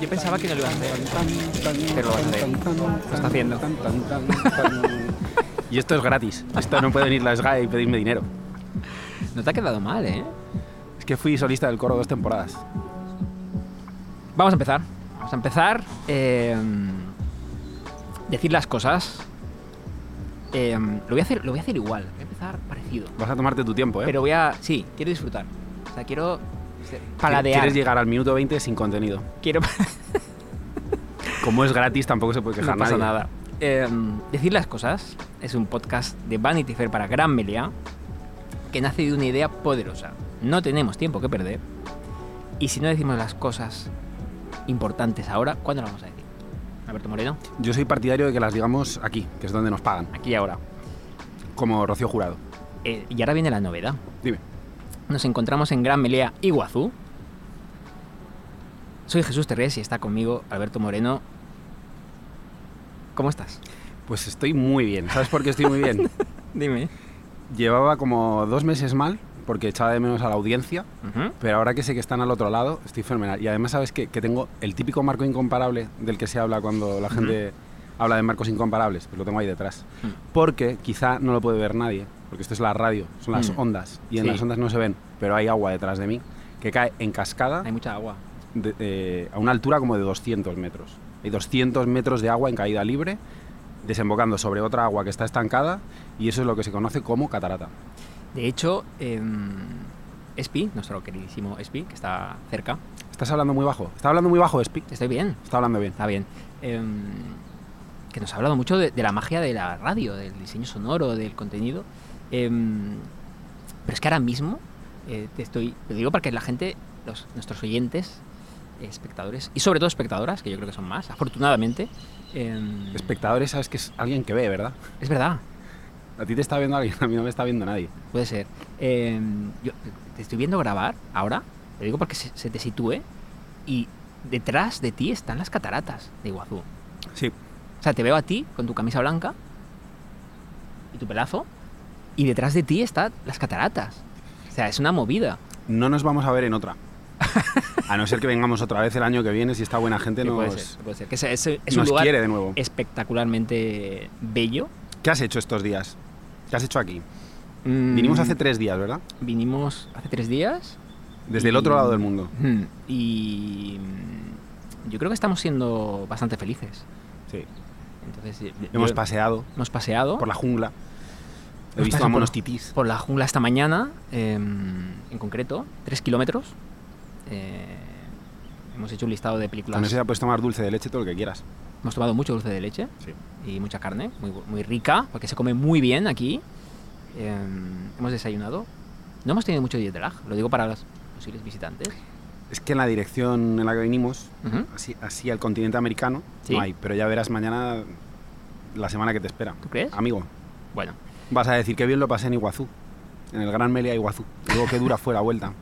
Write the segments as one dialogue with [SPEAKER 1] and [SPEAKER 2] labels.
[SPEAKER 1] Yo pensaba que no lo iba a hacer.
[SPEAKER 2] Pero lo vas a hacer. Lo está haciendo. Y esto es gratis. Esto no pueden ir las GAE y pedirme dinero.
[SPEAKER 1] No te ha quedado mal, ¿eh?
[SPEAKER 2] Es que fui solista del coro dos temporadas.
[SPEAKER 1] Vamos a empezar. Vamos a empezar. eh, decir las cosas. Eh, lo, voy a hacer, lo voy a hacer igual. Voy a empezar parecido.
[SPEAKER 2] Vas a tomarte tu tiempo, ¿eh?
[SPEAKER 1] Pero voy a. Sí, quiero disfrutar. O sea, quiero se- paladear.
[SPEAKER 2] Quieres llegar al minuto 20 sin contenido.
[SPEAKER 1] Quiero.
[SPEAKER 2] Como es gratis, tampoco se puede quejar
[SPEAKER 1] no pasa
[SPEAKER 2] nadie.
[SPEAKER 1] nada. Eh, decir las cosas es un podcast de Vanity Fair para Gran Melea que nace de una idea poderosa. No tenemos tiempo que perder. Y si no decimos las cosas importantes ahora, ¿cuándo las vamos a decir? Alberto Moreno,
[SPEAKER 2] Yo soy partidario de que las digamos aquí, que es donde nos pagan,
[SPEAKER 1] aquí y ahora.
[SPEAKER 2] como Rocío Jurado.
[SPEAKER 1] Eh, y ahora viene la novedad.
[SPEAKER 2] Dime.
[SPEAKER 1] Nos encontramos en Gran Melea, Iguazú. Soy Jesús Terrés y está conmigo Alberto Moreno. ¿Cómo estás?
[SPEAKER 2] Pues estoy muy bien. ¿Sabes por qué estoy muy bien?
[SPEAKER 1] Dime.
[SPEAKER 2] Llevaba como dos meses mal porque echaba de menos a la audiencia,
[SPEAKER 1] Ujú.
[SPEAKER 2] pero ahora que sé que están al otro lado, estoy fenomenal. Y además, ¿sabes qué? Que tengo el típico marco incomparable del que se habla cuando la gente habla de marcos incomparables, pues lo tengo ahí detrás.
[SPEAKER 1] Ujú.
[SPEAKER 2] Porque quizá no lo puede ver nadie, porque esto es la radio, son las
[SPEAKER 1] Mm.
[SPEAKER 2] ondas, y en
[SPEAKER 1] Sí.
[SPEAKER 2] las ondas no se ven, pero hay agua detrás de mí que cae en cascada
[SPEAKER 1] Hay mucha agua.
[SPEAKER 2] de- eh, a una altura como de 200 metros. Hay 200 metros de agua en caída libre, desembocando sobre otra agua que está estancada, y eso es lo que se conoce como catarata.
[SPEAKER 1] De hecho, em, Espi, nuestro queridísimo Espi, que está cerca.
[SPEAKER 2] Estás hablando muy bajo. Está hablando muy bajo, Espi.
[SPEAKER 1] Estoy bien,
[SPEAKER 2] Está hablando bien.
[SPEAKER 1] está bien. Em, que nos ha hablado mucho de, de la magia de la radio, del diseño sonoro, del contenido. Em, pero es que ahora mismo, eh, te estoy, te digo para que la gente, los, nuestros oyentes, espectadores, y sobre todo espectadoras, que yo creo que son más, afortunadamente. em,
[SPEAKER 2] Espectadores, sabes que es alguien que ve, ¿verdad?
[SPEAKER 1] es verdad,
[SPEAKER 2] A ti te está viendo alguien, a mí no me está viendo nadie.
[SPEAKER 1] Puede ser. Eh, yo te estoy viendo grabar ahora, te digo porque se, se te sitúe, y detrás de ti están las cataratas de Iguazú. O
[SPEAKER 2] Sí.
[SPEAKER 1] sea, te veo a ti con tu camisa blanca y tu pelazo, y detrás de ti están las cataratas. O sea, es una movida.
[SPEAKER 2] No nos vamos a ver en otra. A no ser que vengamos otra vez el año que viene, si esta buena gente
[SPEAKER 1] Que
[SPEAKER 2] nos,
[SPEAKER 1] puede ser, que puede ser. Que es, es- es un
[SPEAKER 2] nos
[SPEAKER 1] lugar
[SPEAKER 2] quiere de nuevo.
[SPEAKER 1] espectacularmente bello.
[SPEAKER 2] ¿Qué has hecho estos días? ¿Qué has hecho aquí?
[SPEAKER 1] Mm,
[SPEAKER 2] Vinimos hace tres días, ¿verdad?
[SPEAKER 1] Vinimos hace tres días.
[SPEAKER 2] Desde el
[SPEAKER 1] Y-
[SPEAKER 2] otro lado del mundo.
[SPEAKER 1] Mm, Y mm, yo creo que estamos siendo bastante felices.
[SPEAKER 2] Sí.
[SPEAKER 1] Entonces, eh,
[SPEAKER 2] Hemos
[SPEAKER 1] yo-
[SPEAKER 2] paseado
[SPEAKER 1] hemos paseado
[SPEAKER 2] por la jungla. He
[SPEAKER 1] Hemos
[SPEAKER 2] visto
[SPEAKER 1] paseado
[SPEAKER 2] a
[SPEAKER 1] por-
[SPEAKER 2] monos titís.
[SPEAKER 1] por la jungla esta mañana, eh, en concreto, 3 kilómetros. Eh, hemos hecho un listado de películas.
[SPEAKER 2] También se puedes tomar dulce de leche, todo lo que quieras.
[SPEAKER 1] Hemos tomado mucho dulce de leche
[SPEAKER 2] Sí.
[SPEAKER 1] y mucha carne, muy, bu- muy rica, porque se come muy bien aquí. Eh, hemos desayunado. No hemos tenido mucho jet lag, lo digo para los posibles visitantes.
[SPEAKER 2] Es que en la dirección en la que vinimos,
[SPEAKER 1] Ujú.
[SPEAKER 2] así, así al continente americano,
[SPEAKER 1] Sí.
[SPEAKER 2] no hay. Pero ya verás mañana la semana que te espera.
[SPEAKER 1] ¿Tú crees?
[SPEAKER 2] Amigo,
[SPEAKER 1] Bueno,
[SPEAKER 2] vas a decir que bien lo pasé en Iguazú, en el Gran Melia Iguazú. Luego que dura fue la vuelta.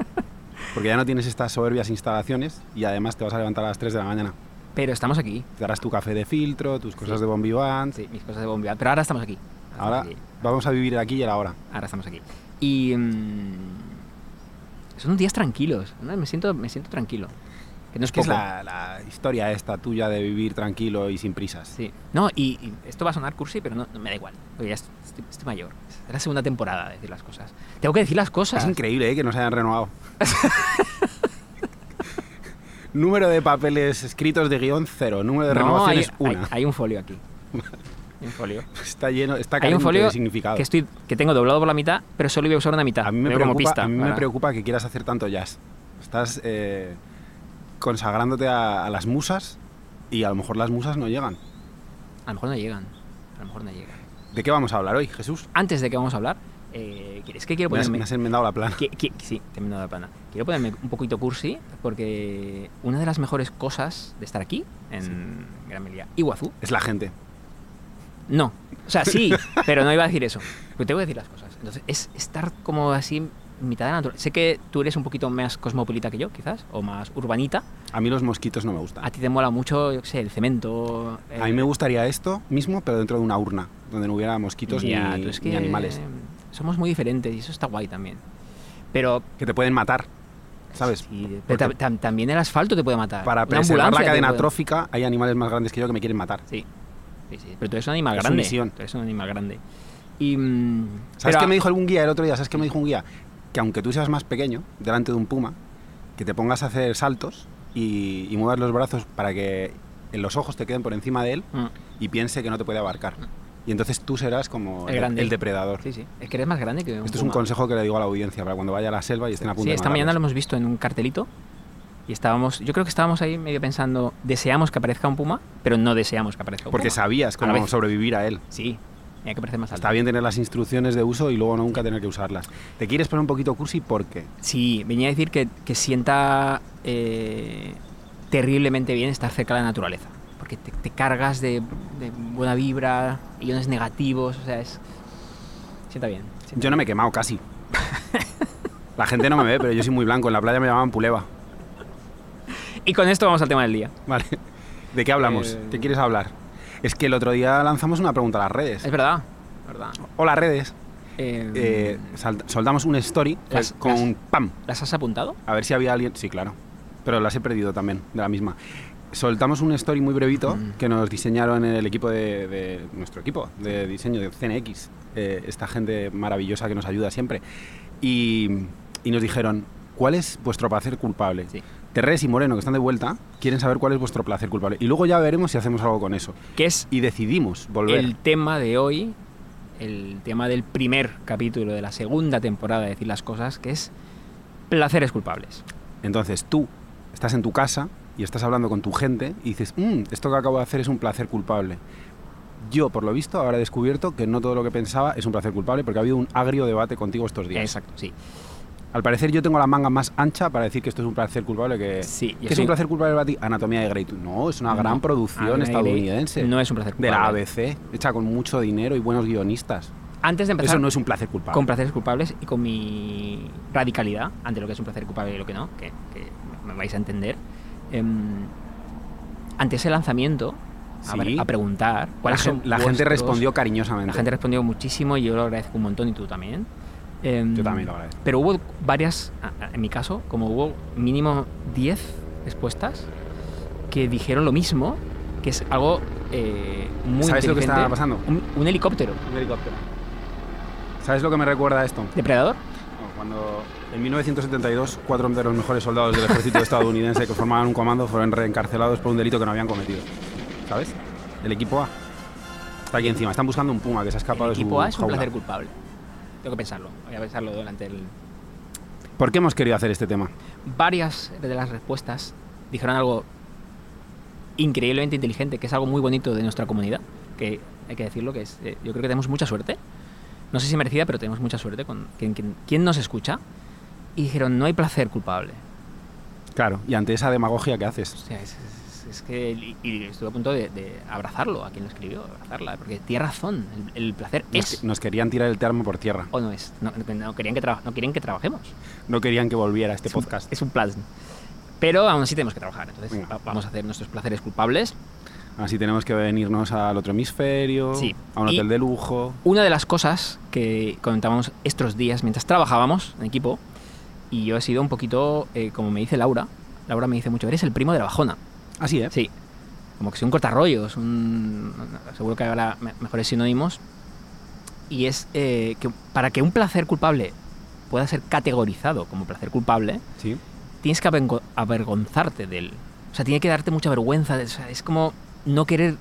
[SPEAKER 2] Porque ya no tienes estas soberbias instalaciones y además te vas a levantar a las 3 de la mañana.
[SPEAKER 1] pero estamos aquí.
[SPEAKER 2] Te harás tu café de filtro, tus cosas
[SPEAKER 1] Sí.
[SPEAKER 2] de bombiván.
[SPEAKER 1] Sí, mis cosas de bombear, pero ahora estamos aquí. Ahora
[SPEAKER 2] Ahora
[SPEAKER 1] estamos aquí.
[SPEAKER 2] vamos a vivir aquí y el ahora.
[SPEAKER 1] ahora estamos aquí. Y mm, son días tranquilos, ¿no? me siento me siento tranquilo. Que no es,
[SPEAKER 2] Es que es
[SPEAKER 1] poco.
[SPEAKER 2] la, la historia esta tuya de vivir tranquilo y sin prisas.
[SPEAKER 1] Sí. No, y, y esto va a sonar cursi, pero no, no me da igual. porque ya estoy, estoy- estoy mayor. Es la segunda temporada de decir las cosas. Tengo que decir las cosas.
[SPEAKER 2] Es increíble ¿eh? que nos hayan renovado. Número de papeles escritos de guión, cero. Número de
[SPEAKER 1] No, hay,
[SPEAKER 2] renovaciones,
[SPEAKER 1] hay-
[SPEAKER 2] una.
[SPEAKER 1] hay un folio aquí. Hay un folio.
[SPEAKER 2] está lleno, está
[SPEAKER 1] Hay
[SPEAKER 2] carente
[SPEAKER 1] un folio
[SPEAKER 2] de significado.
[SPEAKER 1] que estoy que tengo doblado por la mitad, pero solo voy a usar una mitad.
[SPEAKER 2] a mí, me
[SPEAKER 1] Veo como
[SPEAKER 2] preocupa,
[SPEAKER 1] pista
[SPEAKER 2] a mí me
[SPEAKER 1] para-
[SPEAKER 2] preocupa que quieras hacer tanto jazz. Estás eh, consagrándote a, a las musas y a lo mejor las musas no llegan.
[SPEAKER 1] A lo mejor no llegan. A lo mejor no llegan.
[SPEAKER 2] ¿De qué vamos a hablar hoy, Jesús?
[SPEAKER 1] Antes de que vamos a hablar, eh, es que quiero
[SPEAKER 2] Me has,
[SPEAKER 1] ponerme
[SPEAKER 2] me has enmendado la plana.
[SPEAKER 1] Que- que- sí, te he mandado la plana. Quiero ponerme un poquito cursi porque una de las mejores cosas de estar aquí, en Gran Melilla, Iguazú,
[SPEAKER 2] Es la gente.
[SPEAKER 1] no. O sea, sí, pero no iba a decir eso. Pero tengo que decir las cosas. Entonces, es estar como así en mitad de la naturaleza. Sé que tú eres un poquito más cosmopolita que yo, quizás, o más urbanita.
[SPEAKER 2] A mí los mosquitos no me gustan.
[SPEAKER 1] A ti te mola mucho, yo qué sé, el cemento. eh,
[SPEAKER 2] A mí me gustaría esto mismo, pero dentro de una urna, donde no hubiera mosquitos ni- ni animales.
[SPEAKER 1] Somos muy diferentes y eso está guay también. Pero
[SPEAKER 2] Que te pueden matar. ¿sabes?
[SPEAKER 1] Sí,
[SPEAKER 2] Porque
[SPEAKER 1] pero tam- tam- también el asfalto te puede matar.
[SPEAKER 2] para
[SPEAKER 1] Una
[SPEAKER 2] preservar la
[SPEAKER 1] ambulancia te
[SPEAKER 2] cadena
[SPEAKER 1] puede-
[SPEAKER 2] trófica hay animales más grandes que yo que me quieren matar.
[SPEAKER 1] Sí. sí, sí. Pero tú eres un animal
[SPEAKER 2] Es su
[SPEAKER 1] grande.
[SPEAKER 2] misión.
[SPEAKER 1] Tú eres un animal grande. Y, mm,
[SPEAKER 2] ¿Sabes
[SPEAKER 1] pero-
[SPEAKER 2] qué me dijo algún guía el otro día? ¿Sabes qué me dijo un guía? Que aunque tú seas más pequeño, delante de un puma, que te pongas a hacer saltos y, y muevas los brazos para que los ojos te queden por encima de él
[SPEAKER 1] Mm,
[SPEAKER 2] y piense que no te puede abarcar. Y entonces tú serás como
[SPEAKER 1] El grande.
[SPEAKER 2] depredador.
[SPEAKER 1] Sí, sí. Es que eres más grande que un
[SPEAKER 2] Esto Este es un
[SPEAKER 1] puma.
[SPEAKER 2] consejo que le digo a la audiencia para cuando vaya a la selva y estén a punto
[SPEAKER 1] Sí,
[SPEAKER 2] de
[SPEAKER 1] esta mañana lo
[SPEAKER 2] matarlos.
[SPEAKER 1] hemos visto en un cartelito y estábamos, yo creo que estábamos ahí medio pensando, deseamos que aparezca un puma, pero no deseamos que aparezca un
[SPEAKER 2] Porque
[SPEAKER 1] puma.
[SPEAKER 2] sabías
[SPEAKER 1] A la
[SPEAKER 2] cómo
[SPEAKER 1] vez.
[SPEAKER 2] sobrevivir a él.
[SPEAKER 1] Sí, tenía que parecer más alto.
[SPEAKER 2] Está bien tener las instrucciones de uso y luego nunca tener que usarlas. ¿Te quieres poner un poquito cursi? ¿Por qué?
[SPEAKER 1] Sí, venía a decir que, que sienta eh, terriblemente bien estar cerca de la naturaleza. Porque te, te cargas de, de buena vibra, iones negativos, o sea, es. Sienta bien. sienta
[SPEAKER 2] Yo no me he quemado casi. La gente no me ve, pero yo soy muy blanco. En la playa me llamaban Puleva.
[SPEAKER 1] bien. Y con esto vamos al tema del día.
[SPEAKER 2] Vale. ¿De qué hablamos?
[SPEAKER 1] Eh,
[SPEAKER 2] ¿Qué quieres hablar? Es que el otro día lanzamos una pregunta a las
[SPEAKER 1] Es
[SPEAKER 2] redes.
[SPEAKER 1] verdad. verdad.
[SPEAKER 2] Hola redes.
[SPEAKER 1] Eh,
[SPEAKER 2] Eh, sal- soltamos un story
[SPEAKER 1] Las-
[SPEAKER 2] con
[SPEAKER 1] las-
[SPEAKER 2] un pam.
[SPEAKER 1] ¿Las has apuntado?
[SPEAKER 2] A ver si había alguien. Sí, claro. Pero las he perdido también, de la misma. Soltamos un story muy brevito
[SPEAKER 1] Mm.
[SPEAKER 2] que nos diseñaron en el equipo de, de- nuestro equipo de diseño de CNX, eh, esta gente maravillosa que nos ayuda siempre. Y, y nos dijeron, ¿cuál es vuestro placer culpable?
[SPEAKER 1] Sí.
[SPEAKER 2] Terrés y Moreno, que están de vuelta, quieren saber cuál es vuestro placer culpable. Y luego ya veremos si hacemos algo con eso.
[SPEAKER 1] Que es
[SPEAKER 2] Y decidimos volver.
[SPEAKER 1] el tema de hoy, el tema del primer capítulo de la segunda temporada de Decir las Cosas, que es placeres culpables.
[SPEAKER 2] Entonces tú estás en tu casa y estás hablando con tu gente y dices, "Mm, esto que acabo de hacer es un placer culpable. Yo, por lo visto, ahora he descubierto que no todo lo que pensaba es un placer culpable porque ha habido un agrio debate contigo estos días.
[SPEAKER 1] Exacto, sí.
[SPEAKER 2] Al parecer yo tengo la manga más ancha para decir que esto es un placer culpable que...
[SPEAKER 1] Sí, yo
[SPEAKER 2] ¿Qué es
[SPEAKER 1] soy-
[SPEAKER 2] un placer culpable para ti? Anatomía de Grey. Tú, No, es una
[SPEAKER 1] No,
[SPEAKER 2] gran
[SPEAKER 1] Adam
[SPEAKER 2] producción
[SPEAKER 1] Ailey
[SPEAKER 2] estadounidense.
[SPEAKER 1] No es un placer
[SPEAKER 2] de la
[SPEAKER 1] culpable.
[SPEAKER 2] ABC, hecha con mucho dinero y buenos guionistas.
[SPEAKER 1] Antes de
[SPEAKER 2] Eso
[SPEAKER 1] empezar
[SPEAKER 2] no es un placer culpable.
[SPEAKER 1] con placeres culpables y con mi radicalidad ante lo que es un placer culpable y lo que no, que, que me vais a entender. em, ante ese lanzamiento, a,
[SPEAKER 2] Sí.
[SPEAKER 1] ver- a preguntar
[SPEAKER 2] la,
[SPEAKER 1] cuáles
[SPEAKER 2] gen-
[SPEAKER 1] son
[SPEAKER 2] la gente
[SPEAKER 1] vuestros-
[SPEAKER 2] respondió cariñosamente.
[SPEAKER 1] La gente respondió muchísimo y yo lo agradezco un montón y tú también. Em,
[SPEAKER 2] Yo también lo agradezco.
[SPEAKER 1] Pero hubo varias, a- a- en mi caso, como hubo mínimo 10 respuestas que dijeron lo mismo, que es algo eh, muy
[SPEAKER 2] ¿Sabes lo que
[SPEAKER 1] inteligente.
[SPEAKER 2] está pasando?
[SPEAKER 1] Un, un helicóptero.
[SPEAKER 2] Un helicóptero. ¿Sabes lo que me recuerda a esto?
[SPEAKER 1] ¿Depredador?
[SPEAKER 2] Bueno, Cuando en 1972 cuatro de los mejores soldados del ejército estadounidense que formaban un comando fueron reencarcelados por un delito que no habían cometido. ¿Sabes? El equipo A. Está aquí encima. Están buscando un puma que se ha escapado
[SPEAKER 1] El
[SPEAKER 2] de su
[SPEAKER 1] equipo A es un
[SPEAKER 2] jaula.
[SPEAKER 1] placer culpable. Tengo que pensarlo. Voy a pensarlo durante el...
[SPEAKER 2] ¿Por qué hemos querido hacer este tema?
[SPEAKER 1] Varias de las respuestas dijeron algo increíblemente inteligente, que es algo muy bonito de nuestra comunidad, que hay que decirlo, que es, eh, yo creo que tenemos mucha suerte. No sé si merecida, pero tenemos mucha suerte con quien, quien- quien nos escucha. Y dijeron, no hay placer culpable.
[SPEAKER 2] Claro, y ante esa demagogia que haces.
[SPEAKER 1] O sea, es, es- es que y, y estuve a punto de, de abrazarlo a quien lo escribió, abrazarla, porque tiene razón, el, el placer
[SPEAKER 2] Nos,
[SPEAKER 1] es
[SPEAKER 2] que- nos querían tirar el termo por tierra.
[SPEAKER 1] o no es. No, no querían que traba- no quieren que trabajemos.
[SPEAKER 2] No querían que volviera este
[SPEAKER 1] es un-
[SPEAKER 2] podcast.
[SPEAKER 1] es un plan. Pero aún así tenemos que trabajar. Entonces
[SPEAKER 2] Venga.
[SPEAKER 1] va- vamos a hacer nuestros placeres culpables.
[SPEAKER 2] Así tenemos que venirnos al otro hemisferio,
[SPEAKER 1] Sí.
[SPEAKER 2] a un
[SPEAKER 1] Y-
[SPEAKER 2] hotel de lujo.
[SPEAKER 1] Una de las cosas que comentábamos estos días mientras trabajábamos en equipo, y yo he sido un poquito, eh, como me dice Laura, Laura me dice mucho, eres el primo de la bajona.
[SPEAKER 2] Así, ¿eh?
[SPEAKER 1] Sí. Como que soy un cortarrollos, un... seguro que habrá me- mejores sinónimos. Y es eh, que para que un placer culpable pueda ser categorizado como placer culpable,
[SPEAKER 2] Sí.
[SPEAKER 1] tienes que avengo- avergonzarte de él. O sea, tiene que darte mucha vergüenza. de- o sea, es como no querer.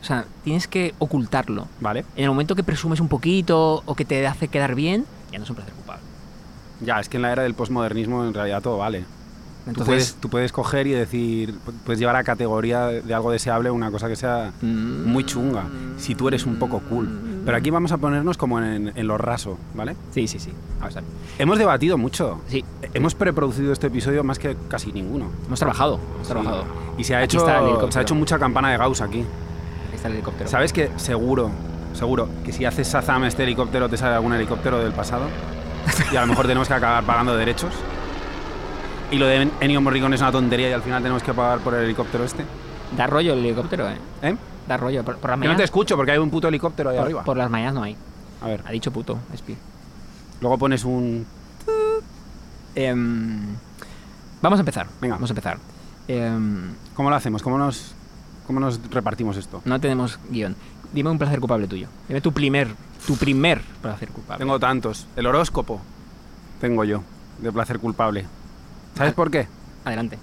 [SPEAKER 1] O sea, tienes que ocultarlo.
[SPEAKER 2] Vale.
[SPEAKER 1] En el momento que presumes un poquito o que te hace quedar bien, ya no es un placer culpable.
[SPEAKER 2] Ya, es que en la era del posmodernismo en realidad todo vale. tú, puedes,
[SPEAKER 1] Entonces.
[SPEAKER 2] tú puedes coger y decir, pu- puedes llevar a categoría de algo deseable una cosa que sea
[SPEAKER 1] mm.
[SPEAKER 2] muy chunga, si tú eres un poco cool. Pero aquí vamos a ponernos como en, en lo raso, ¿vale?
[SPEAKER 1] Sí, sí, sí.
[SPEAKER 2] A ver, Hemos debatido mucho.
[SPEAKER 1] Sí,
[SPEAKER 2] Hemos preproducido este episodio más que casi ninguno.
[SPEAKER 1] hemos trabajado. Hemos trabajado.
[SPEAKER 2] Y se ha,
[SPEAKER 1] Aquí
[SPEAKER 2] hecho,
[SPEAKER 1] está el
[SPEAKER 2] se ha
[SPEAKER 1] helicóptero.
[SPEAKER 2] hecho mucha campana de Gauss aquí.
[SPEAKER 1] Ahí está el helicóptero.
[SPEAKER 2] ¿Sabes que seguro, seguro, que si haces Shazam a este helicóptero te sale algún helicóptero del pasado? Y a lo mejor tenemos que acabar pagando derechos. Y lo de Ennio Morricone es una tontería y al final tenemos que pagar por el helicóptero este.
[SPEAKER 1] Da rollo el helicóptero, ¿eh?
[SPEAKER 2] ¿Eh?
[SPEAKER 1] Da rollo. Por, por las
[SPEAKER 2] Que no
[SPEAKER 1] mañanas.
[SPEAKER 2] te escucho porque hay un puto helicóptero ahí
[SPEAKER 1] por,
[SPEAKER 2] arriba.
[SPEAKER 1] por las mañanas no hay.
[SPEAKER 2] A ver,
[SPEAKER 1] Ha dicho puto, Spi.
[SPEAKER 2] luego pones un...
[SPEAKER 1] Em, Vamos a empezar.
[SPEAKER 2] Venga.
[SPEAKER 1] Vamos a empezar. Em,
[SPEAKER 2] ¿Cómo lo hacemos? ¿Cómo nos, cómo nos repartimos esto?
[SPEAKER 1] no tenemos guión. Dime un placer culpable tuyo. Dime tu primer, tu primer placer culpable.
[SPEAKER 2] Tengo tantos. El horóscopo tengo yo, de placer culpable. ¿Sabes
[SPEAKER 1] Vale.
[SPEAKER 2] por qué?
[SPEAKER 1] Adelante.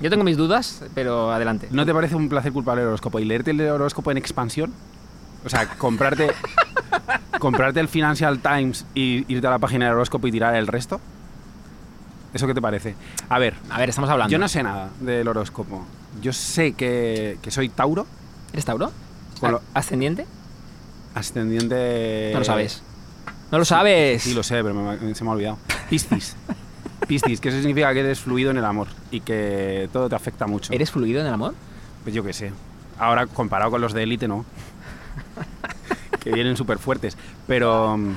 [SPEAKER 1] Yo tengo mis dudas, pero adelante.
[SPEAKER 2] ¿No te parece un placer culpable el horóscopo? ¿Y leerte el horóscopo en expansión? O sea, comprarte, comprarte el Financial Times y irte a la página del horóscopo y tirar el resto. ¿Eso qué te parece? A ver,
[SPEAKER 1] A ver, estamos hablando.
[SPEAKER 2] yo no sé nada del horóscopo. Yo sé que, que soy Tauro,
[SPEAKER 1] ¿Eres Tauro?
[SPEAKER 2] Con Pues lo-
[SPEAKER 1] ¿Ascendiente?
[SPEAKER 2] ascendiente... Eh,
[SPEAKER 1] No lo sabes. No lo sabes.
[SPEAKER 2] Sí, lo sé, pero me- se me ha olvidado. Piscis. Piscis, que eso significa que eres fluido en el amor y que todo te afecta mucho.
[SPEAKER 1] ¿Eres fluido en el amor?
[SPEAKER 2] Pues yo qué sé. Ahora, comparado con los de élite, no. que vienen súper fuertes. Pero mm,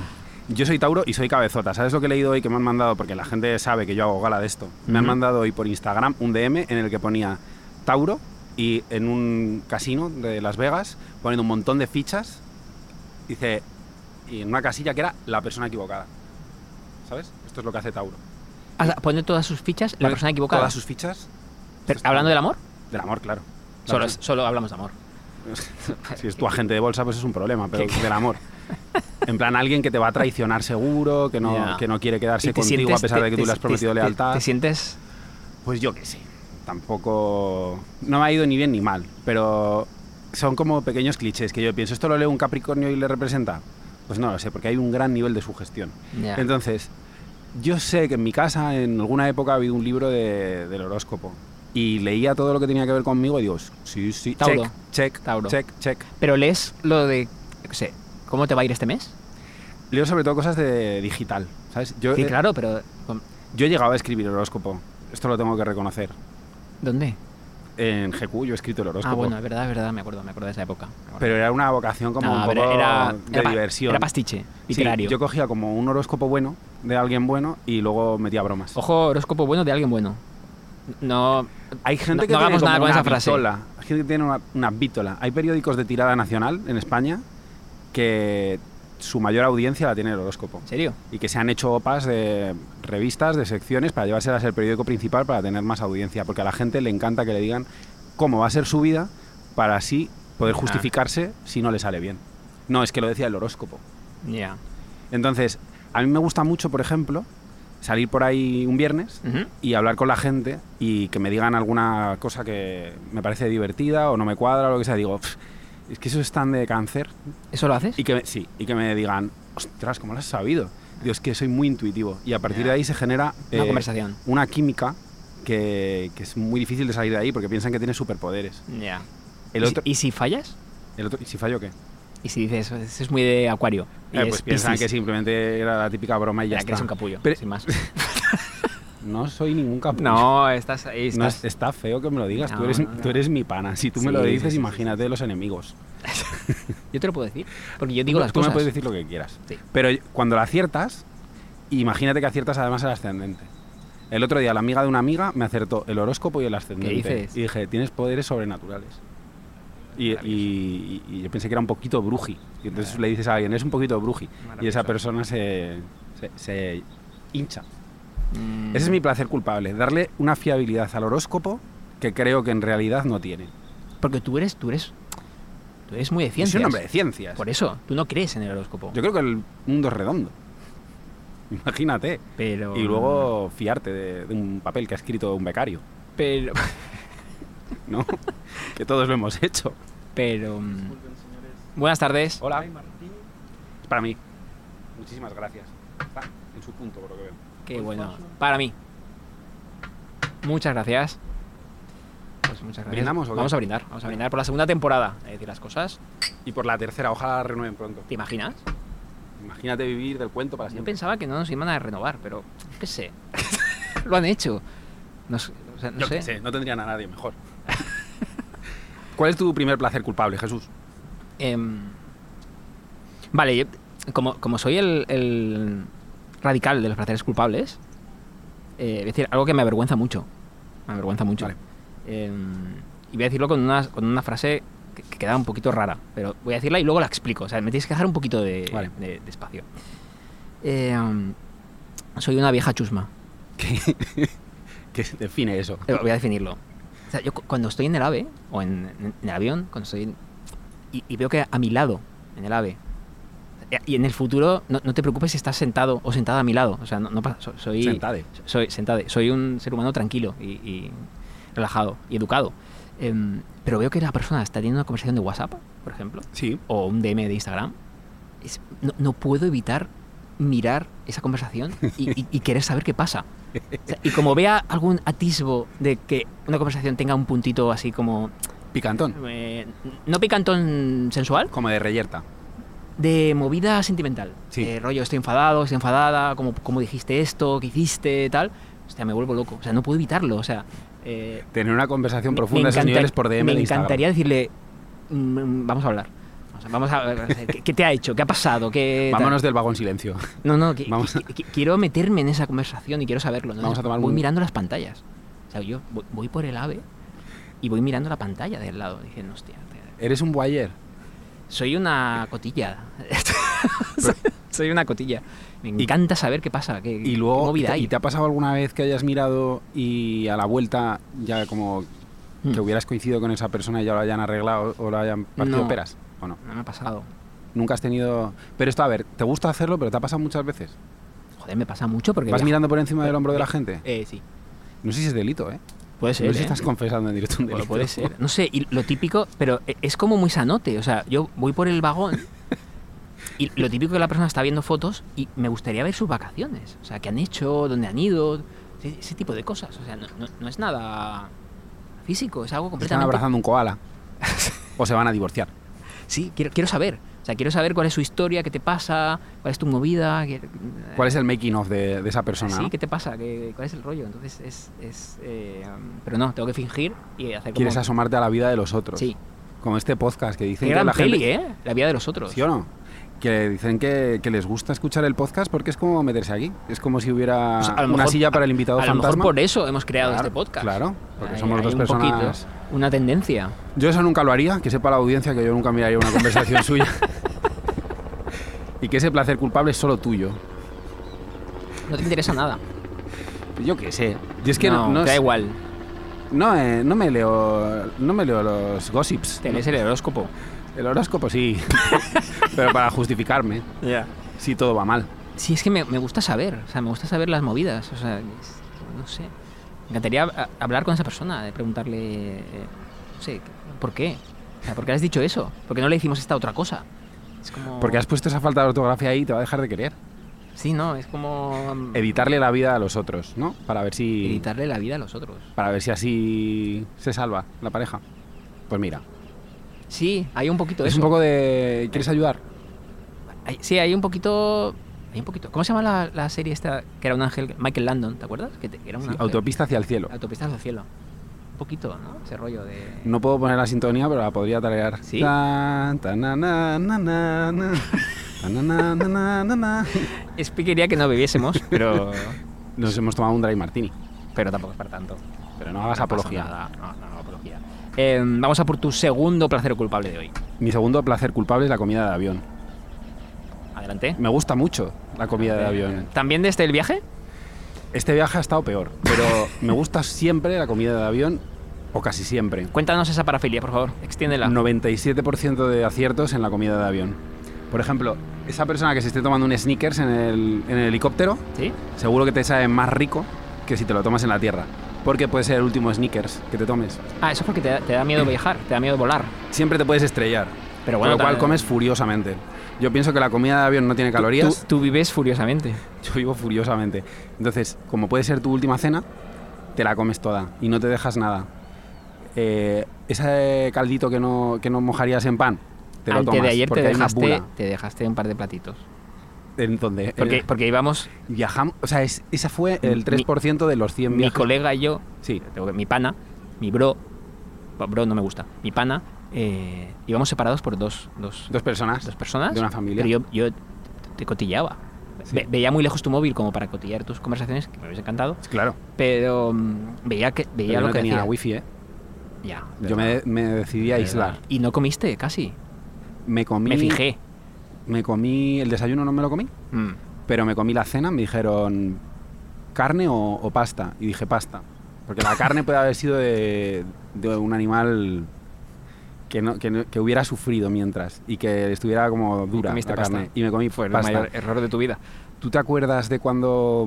[SPEAKER 2] yo soy Tauro y soy cabezota. ¿Sabes lo que he leído hoy que me han mandado? Porque la gente sabe que yo hago gala de esto. Me han
[SPEAKER 1] Ujú.
[SPEAKER 2] mandado hoy por Instagram un DM en el que ponía Tauro y en un casino de Las Vegas poniendo un montón de fichas. Dice, y en una casilla que era la persona equivocada. ¿Sabes? Esto es lo que hace Tauro.
[SPEAKER 1] Ah, Pone todas sus fichas, la persona equivocada.
[SPEAKER 2] Todas sus fichas
[SPEAKER 1] Pero, ¿Hablando del amor?
[SPEAKER 2] del amor, claro. La
[SPEAKER 1] Solo,
[SPEAKER 2] persona-
[SPEAKER 1] solo hablamos de amor.
[SPEAKER 2] Si es tu agente de bolsa, pues es un problema, pero del amor. En plan, alguien que te va a traicionar seguro, que no,
[SPEAKER 1] Ya.
[SPEAKER 2] que no quiere
[SPEAKER 1] Y
[SPEAKER 2] quedarse
[SPEAKER 1] te
[SPEAKER 2] contigo
[SPEAKER 1] sientes-
[SPEAKER 2] a pesar
[SPEAKER 1] te-
[SPEAKER 2] de que tú
[SPEAKER 1] te-
[SPEAKER 2] le has
[SPEAKER 1] te-
[SPEAKER 2] prometido
[SPEAKER 1] te-
[SPEAKER 2] lealtad.
[SPEAKER 1] Te sientes.
[SPEAKER 2] Pues yo qué sé. Tampoco. No me ha ido ni bien ni mal, pero son como pequeños clichés que yo pienso. ¿Esto lo lee un Capricornio y le representa? Pues no lo sé, porque hay un gran nivel de sugestión.
[SPEAKER 1] Ya.
[SPEAKER 2] Entonces, yo sé que en mi casa en alguna época había un libro de- del horóscopo y leía todo lo que tenía que ver conmigo y digo, sí, sí,
[SPEAKER 1] Tauro.
[SPEAKER 2] check, check,
[SPEAKER 1] Tauro.
[SPEAKER 2] check, check.
[SPEAKER 1] Pero lees lo de. yo qué sé, ¿Cómo te va a ir este mes?
[SPEAKER 2] Leo sobre todo cosas de digital, ¿sabes? Yo,
[SPEAKER 1] Sí,
[SPEAKER 2] eh,
[SPEAKER 1] claro, pero. con-
[SPEAKER 2] yo he llegado a escribir horóscopo. Esto lo tengo que reconocer.
[SPEAKER 1] ¿Dónde?
[SPEAKER 2] En GQ yo he escrito el horóscopo.
[SPEAKER 1] Ah, bueno, es verdad, es verdad, me acuerdo, me acuerdo de esa época. me acuerdo.
[SPEAKER 2] Pero era una vocación como
[SPEAKER 1] No,
[SPEAKER 2] un
[SPEAKER 1] pero
[SPEAKER 2] poco
[SPEAKER 1] era,
[SPEAKER 2] de
[SPEAKER 1] era pa-
[SPEAKER 2] diversión.
[SPEAKER 1] Era pastiche,
[SPEAKER 2] Sí,
[SPEAKER 1] literario.
[SPEAKER 2] yo cogía como un horóscopo bueno de alguien bueno y luego metía bromas.
[SPEAKER 1] Ojo, horóscopo bueno de alguien bueno. No.
[SPEAKER 2] Hay
[SPEAKER 1] no-
[SPEAKER 2] gente que
[SPEAKER 1] no
[SPEAKER 2] tiene
[SPEAKER 1] hagamos
[SPEAKER 2] como
[SPEAKER 1] nada con
[SPEAKER 2] una
[SPEAKER 1] esa frase.
[SPEAKER 2] Bítola. Hay gente que tiene una, una bítola. Hay periódicos de tirada nacional en España que su mayor audiencia la tiene el horóscopo.
[SPEAKER 1] ¿En serio?
[SPEAKER 2] y que se han hecho opas de revistas, de secciones, para llevárselas al periódico principal para tener más audiencia, porque a la gente le encanta que le digan cómo va a ser su vida para así poder
[SPEAKER 1] Ah.
[SPEAKER 2] justificarse si no le sale bien. No, es que lo decía el horóscopo.
[SPEAKER 1] Ya.
[SPEAKER 2] Entonces, a mí me gusta mucho, por ejemplo, salir por ahí un viernes
[SPEAKER 1] Ujú.
[SPEAKER 2] y hablar con la gente y que me digan alguna cosa que me parece divertida o no me cuadra o lo que sea. Digo, "Pf, es que eso es tan de cáncer,
[SPEAKER 1] ¿Eso lo haces?
[SPEAKER 2] y que me, sí, y que me digan, ostras, ¿cómo lo has sabido? Digo, es que soy muy intuitivo. Y a partir
[SPEAKER 1] Ya.
[SPEAKER 2] de ahí se genera
[SPEAKER 1] Una
[SPEAKER 2] eh,
[SPEAKER 1] conversación.
[SPEAKER 2] una química que, que es muy difícil de salir de ahí porque piensan que tienes superpoderes.
[SPEAKER 1] Ya.
[SPEAKER 2] El
[SPEAKER 1] ¿Y
[SPEAKER 2] otro,
[SPEAKER 1] si- ¿Y si fallas?
[SPEAKER 2] el otro- ¿y si fallo qué?
[SPEAKER 1] Y si dices, eso es muy de acuario. Y
[SPEAKER 2] Eh,
[SPEAKER 1] es
[SPEAKER 2] pues piensan
[SPEAKER 1] Piscis,
[SPEAKER 2] que simplemente era la típica broma y ya
[SPEAKER 1] ya que eres
[SPEAKER 2] está.
[SPEAKER 1] un capullo,
[SPEAKER 2] Pero-
[SPEAKER 1] sin más.
[SPEAKER 2] No soy ningún capullo.
[SPEAKER 1] No, estás ahí.
[SPEAKER 2] No,
[SPEAKER 1] Estás...
[SPEAKER 2] está feo que me lo digas.
[SPEAKER 1] No,
[SPEAKER 2] tú, eres,
[SPEAKER 1] no, no.
[SPEAKER 2] tú eres mi pana. Si tú me
[SPEAKER 1] Sí,
[SPEAKER 2] lo
[SPEAKER 1] sí,
[SPEAKER 2] dices,
[SPEAKER 1] sí, sí,
[SPEAKER 2] imagínate los enemigos.
[SPEAKER 1] Yo te lo puedo decir, porque yo digo
[SPEAKER 2] Tú-
[SPEAKER 1] las
[SPEAKER 2] tú
[SPEAKER 1] cosas.
[SPEAKER 2] me puedes decir lo que quieras.
[SPEAKER 1] Sí.
[SPEAKER 2] Pero cuando la aciertas, imagínate que aciertas además el ascendente. El otro día la amiga de una amiga me acertó el horóscopo y el ascendente.
[SPEAKER 1] dices?
[SPEAKER 2] Y dije, tienes poderes sobrenaturales. Y, y- y- y yo pensé que era un poquito bruji. Y entonces
[SPEAKER 1] Maravilloso.
[SPEAKER 2] le dices a alguien, es un poquito bruji. Y
[SPEAKER 1] Maravilloso.
[SPEAKER 2] esa persona se, se- se hincha.
[SPEAKER 1] Mm,
[SPEAKER 2] Ese es mi placer culpable, darle una fiabilidad al horóscopo que creo que en realidad no tiene.
[SPEAKER 1] Porque tú eres, tú eres, tú eres muy de
[SPEAKER 2] Yo
[SPEAKER 1] ciencias.
[SPEAKER 2] soy un hombre de ciencias.
[SPEAKER 1] Por eso, tú no crees en el horóscopo.
[SPEAKER 2] Yo creo que el mundo es redondo. Imagínate.
[SPEAKER 1] pero
[SPEAKER 2] Y luego fiarte de, de un papel que ha escrito un becario,
[SPEAKER 1] pero
[SPEAKER 2] ¿no? que todos lo hemos hecho.
[SPEAKER 1] pero mm, buenas tardes.
[SPEAKER 2] Hola. Es para mí. Muchísimas gracias. Está en su punto, por lo que veo.
[SPEAKER 1] Qué bueno. Para mí. Muchas gracias. Pues muchas gracias.
[SPEAKER 2] ¿Brindamos o qué?
[SPEAKER 1] Vamos a brindar. Vamos a brindar por la segunda temporada. Es decir, las cosas.
[SPEAKER 2] Y por la tercera, ojalá la renueven pronto.
[SPEAKER 1] ¿Te imaginas?
[SPEAKER 2] Imagínate vivir del cuento para
[SPEAKER 1] Yo
[SPEAKER 2] siempre.
[SPEAKER 1] pensaba que no nos iban a renovar, pero qué sé. Lo han hecho. No, sé, o sea, no
[SPEAKER 2] Yo
[SPEAKER 1] sé.
[SPEAKER 2] qué sé, no tendrían a nadie mejor. ¿Cuál es tu primer placer culpable, Jesús?
[SPEAKER 1] Em, vale, yo- como, como soy el, el radical de los placeres culpables, eh, voy a decir algo que me avergüenza mucho. Me avergüenza mucho.
[SPEAKER 2] Vale.
[SPEAKER 1] Em, y voy a decirlo con una, con una frase que, que queda un poquito rara, pero voy a decirla y luego la explico. O sea, me tienes que dejar un poquito de,
[SPEAKER 2] Vale.
[SPEAKER 1] de- de espacio. Em, soy una vieja chusma.
[SPEAKER 2] ¿Qué, que define eso.
[SPEAKER 1] Eh, Voy a definirlo. O sea, yo cu- cuando estoy en el AVE o en, en- en el avión, cuando estoy en- y, y veo que a mi lado, en el AVE, eh, y en el futuro, no, no te preocupes si estás sentado o sentada a mi lado. O sea, no, no pasa. so- Soy,
[SPEAKER 2] Sentade.
[SPEAKER 1] Soy, sentade. soy un ser humano tranquilo y, y relajado y educado. Em, pero veo que la persona está teniendo una conversación de WhatsApp, por ejemplo,
[SPEAKER 2] Sí.
[SPEAKER 1] o un DM de Instagram. Es- no, no puedo evitar mirar esa conversación y, y- y querer saber qué pasa. O sea, y como vea algún atisbo de que una conversación tenga un puntito así como...
[SPEAKER 2] Picantón.
[SPEAKER 1] eh, no picantón sensual,
[SPEAKER 2] Como de reyerta.
[SPEAKER 1] de movida sentimental.
[SPEAKER 2] Sí.
[SPEAKER 1] Eh, rollo, estoy enfadado, estoy enfadada, como, como dijiste esto, qué hiciste, tal. Hostia, me vuelvo loco. O sea, no puedo evitarlo. O sea, eh,
[SPEAKER 2] Tener una conversación
[SPEAKER 1] me-
[SPEAKER 2] profunda
[SPEAKER 1] me
[SPEAKER 2] a esos
[SPEAKER 1] encanta-
[SPEAKER 2] niveles por DM
[SPEAKER 1] Me
[SPEAKER 2] de Instagram.
[SPEAKER 1] encantaría decirle, "Mm, vamos a hablar. O sea, vamos a ¿qué, qué te ha hecho? ¿Qué ha pasado? ¿Qué tal?".
[SPEAKER 2] Vámonos del vagón silencio.
[SPEAKER 1] No, no, que-
[SPEAKER 2] Vamos a-
[SPEAKER 1] que- que- quiero meterme en esa conversación y quiero saberlo. ¿no?
[SPEAKER 2] Vamos a tomar
[SPEAKER 1] voy
[SPEAKER 2] un-
[SPEAKER 1] mirando las pantallas. O sea, yo voy, voy por el AVE y voy mirando la pantalla del lado. Dije, "No, hostia, te-
[SPEAKER 2] Eres un boyer.
[SPEAKER 1] soy una cotilla. soy una cotilla. Me encanta saber qué pasa, qué,
[SPEAKER 2] Y
[SPEAKER 1] qué
[SPEAKER 2] luego,
[SPEAKER 1] movida hay.
[SPEAKER 2] ¿y te ha pasado alguna vez que hayas mirado y a la vuelta ya como
[SPEAKER 1] Mm.
[SPEAKER 2] que hubieras coincidido con esa persona y ya lo hayan arreglado o lo hayan partido
[SPEAKER 1] No.
[SPEAKER 2] peras? ¿O no?
[SPEAKER 1] No me ha pasado.
[SPEAKER 2] Nunca has tenido... Pero esto, a ver, ¿te gusta hacerlo pero te ha pasado muchas veces?
[SPEAKER 1] Joder, me pasa mucho porque...
[SPEAKER 2] ¿Vas
[SPEAKER 1] viajo-
[SPEAKER 2] mirando por encima del hombro de la gente?
[SPEAKER 1] Eh, sí.
[SPEAKER 2] No sé si es delito, ¿eh?
[SPEAKER 1] Puede ser,
[SPEAKER 2] no sé si
[SPEAKER 1] ¿eh?
[SPEAKER 2] estás confesando en directo un
[SPEAKER 1] Puede-
[SPEAKER 2] delito.
[SPEAKER 1] puede ser. No sé, y lo típico, pero e- es como muy sanote. O sea, yo voy por el vagón y lo típico que la persona está viendo fotos y me gustaría ver sus vacaciones. O sea, qué han hecho, dónde han ido, ese, ese tipo de cosas. O sea, no, no- no es nada físico, es algo
[SPEAKER 2] Se Están
[SPEAKER 1] completamente. Eh.
[SPEAKER 2] abrazando un koala. o se van a divorciar.
[SPEAKER 1] Sí, quiero, quiero saber. O sea, quiero saber cuál es su historia, qué te pasa, cuál es tu movida. qué-
[SPEAKER 2] ¿Cuál es el making of de, de esa persona?
[SPEAKER 1] Sí,
[SPEAKER 2] no?
[SPEAKER 1] ¿qué te pasa? ¿Qué, ¿Cuál es el rollo? Entonces es... es, eh, um, pero no, tengo que fingir y hacer como...
[SPEAKER 2] Quieres asomarte a la vida de los otros.
[SPEAKER 1] Sí.
[SPEAKER 2] Como este podcast que dicen
[SPEAKER 1] Qué
[SPEAKER 2] que
[SPEAKER 1] gran
[SPEAKER 2] la
[SPEAKER 1] peli,
[SPEAKER 2] gente...
[SPEAKER 1] ¿eh? La vida de los otros.
[SPEAKER 2] ¿Sí o no? Que dicen que, que les gusta escuchar el podcast porque es como meterse aquí. Es como si hubiera
[SPEAKER 1] O sea, Pues a lo
[SPEAKER 2] una
[SPEAKER 1] mejor-
[SPEAKER 2] silla para el
[SPEAKER 1] A
[SPEAKER 2] invitado
[SPEAKER 1] lo
[SPEAKER 2] fantasma.
[SPEAKER 1] mejor por eso hemos creado
[SPEAKER 2] Claro,
[SPEAKER 1] este podcast.
[SPEAKER 2] Claro, porque
[SPEAKER 1] Hay-
[SPEAKER 2] somos
[SPEAKER 1] hay
[SPEAKER 2] dos
[SPEAKER 1] un
[SPEAKER 2] personas.
[SPEAKER 1] poquito, una tendencia.
[SPEAKER 2] Yo eso nunca lo haría, que sepa la audiencia que yo nunca miraría una conversación suya. Y que ese placer culpable es solo tuyo.
[SPEAKER 1] No te interesa nada.
[SPEAKER 2] Yo qué sé. Y es que no, no
[SPEAKER 1] te da
[SPEAKER 2] sé.
[SPEAKER 1] igual.
[SPEAKER 2] No, eh, no me leo, no me leo los gossips.
[SPEAKER 1] Te lees el horóscopo.
[SPEAKER 2] El horóscopo sí, pero para justificarme,
[SPEAKER 1] Ya.
[SPEAKER 2] si todo va mal.
[SPEAKER 1] Sí, es que me, me gusta saber. O sea, me gusta saber las movidas. O sea, es- no sé. Me encantaría a- hablar con esa persona, de preguntarle, eh, no sé, ¿por qué? O sea, ¿por qué has dicho eso? ¿Por qué no le hicimos esta otra cosa? Es como...
[SPEAKER 2] Porque has puesto esa falta de ortografía ahí y te va a dejar de querer.
[SPEAKER 1] Sí, no, es como... mm,
[SPEAKER 2] Editarle la vida a los otros, ¿no? Para ver si
[SPEAKER 1] Editarle la vida a los otros.
[SPEAKER 2] para ver si así se salva la pareja. Pues mira,
[SPEAKER 1] Sí, hay un poquito de
[SPEAKER 2] es
[SPEAKER 1] eso.
[SPEAKER 2] un poco de ¿quieres ayudar?
[SPEAKER 1] Hay- sí, hay un poquito. Hay un poquito. ¿Cómo se llama la, la serie esta? Que era un ángel. Michael Landon, ¿te acuerdas? Que, te- que era un
[SPEAKER 2] Sí,
[SPEAKER 1] ángel.
[SPEAKER 2] autopista hacia el cielo.
[SPEAKER 1] Autopista hacia el cielo. Un poquito, ¿no? Ese rollo de.
[SPEAKER 2] No puedo poner la sintonía, pero la podría tararear.
[SPEAKER 1] ¿Sí?
[SPEAKER 2] Tan, tan, na, na, na, na, na. Tan, na, na, na, na, na.
[SPEAKER 1] Es que quería que no bebiésemos, pero.
[SPEAKER 2] Nos hemos tomado un dry martini,
[SPEAKER 1] pero tampoco es para tanto.
[SPEAKER 2] pero no hagas
[SPEAKER 1] No pasa
[SPEAKER 2] apología.
[SPEAKER 1] nada, No, no, no, apología. Eh, vamos a por tu segundo placer culpable de hoy.
[SPEAKER 2] Mi segundo placer culpable es la comida de avión.
[SPEAKER 1] Adelante. Eh,
[SPEAKER 2] Me gusta mucho la comida de avión.
[SPEAKER 1] ¿También desde el viaje?
[SPEAKER 2] Este viaje ha estado peor, pero me gusta siempre la comida de avión, o casi siempre.
[SPEAKER 1] Cuéntanos esa parafilia, por favor. Extiéndela.
[SPEAKER 2] 97% de aciertos en la comida de avión. Por ejemplo, esa persona que se esté tomando un sneakers en el, en el helicóptero,
[SPEAKER 1] ¿Sí?
[SPEAKER 2] seguro que te sabe más rico que si te lo tomas en la tierra. Porque puede ser el último sneakers que te tomes.
[SPEAKER 1] Ah, eso es porque te, da- te da miedo viajar, te da miedo volar.
[SPEAKER 2] Siempre te puedes estrellar.
[SPEAKER 1] Pero bueno,
[SPEAKER 2] con lo cual
[SPEAKER 1] tal-
[SPEAKER 2] comes furiosamente. Yo pienso que la comida de avión no tiene calorías.
[SPEAKER 1] Tú, tú vives furiosamente.
[SPEAKER 2] Yo vivo furiosamente. Entonces, como puede ser tu última cena, te la comes toda y no te dejas nada. Eh, ese caldito que no, que no mojarías en pan, te lo
[SPEAKER 1] Antes
[SPEAKER 2] tomas.
[SPEAKER 1] de ayer te
[SPEAKER 2] porque hay una
[SPEAKER 1] dejaste,
[SPEAKER 2] bula
[SPEAKER 1] te dejaste un par de platitos.
[SPEAKER 2] en donde eh,
[SPEAKER 1] Porque, porque íbamos,
[SPEAKER 2] viajamos. O sea, es, esa fue
[SPEAKER 1] Mi-
[SPEAKER 2] el 3% de los 100
[SPEAKER 1] mi
[SPEAKER 2] viajes.
[SPEAKER 1] colega y yo,
[SPEAKER 2] Sí,
[SPEAKER 1] tengo que- mi pana, mi bro, bueno, bro no me gusta, mi pana, eh, íbamos separados por dos, dos,
[SPEAKER 2] dos personas.
[SPEAKER 1] dos personas.
[SPEAKER 2] de una familia.
[SPEAKER 1] Pero yo, yo te cotilleaba.
[SPEAKER 2] Sí.
[SPEAKER 1] Ve- veía muy lejos tu móvil como para cotillar tus conversaciones, que me hubiese encantado,
[SPEAKER 2] Claro.
[SPEAKER 1] pero mm, veía que
[SPEAKER 2] pero
[SPEAKER 1] veía
[SPEAKER 2] yo
[SPEAKER 1] lo
[SPEAKER 2] no
[SPEAKER 1] que
[SPEAKER 2] tenía
[SPEAKER 1] hacía.
[SPEAKER 2] wifi, ¿eh?
[SPEAKER 1] Ya,
[SPEAKER 2] Yo me, me decidí a
[SPEAKER 1] verdad.
[SPEAKER 2] aislar.
[SPEAKER 1] Y no comiste casi.
[SPEAKER 2] Me comí.
[SPEAKER 1] Me fijé.
[SPEAKER 2] Me comí. El desayuno no me lo comí,
[SPEAKER 1] Mm.
[SPEAKER 2] pero me comí la cena. Me dijeron carne o, o pasta. Y dije pasta. Porque la carne puede haber sido de, de un animal que, no, que, no- que hubiera sufrido mientras y que estuviera como dura
[SPEAKER 1] comiste
[SPEAKER 2] la
[SPEAKER 1] pasta.
[SPEAKER 2] carne. Y me comí
[SPEAKER 1] Fue el
[SPEAKER 2] pasta.
[SPEAKER 1] mayor error de tu vida.
[SPEAKER 2] ¿Tú te acuerdas de cuando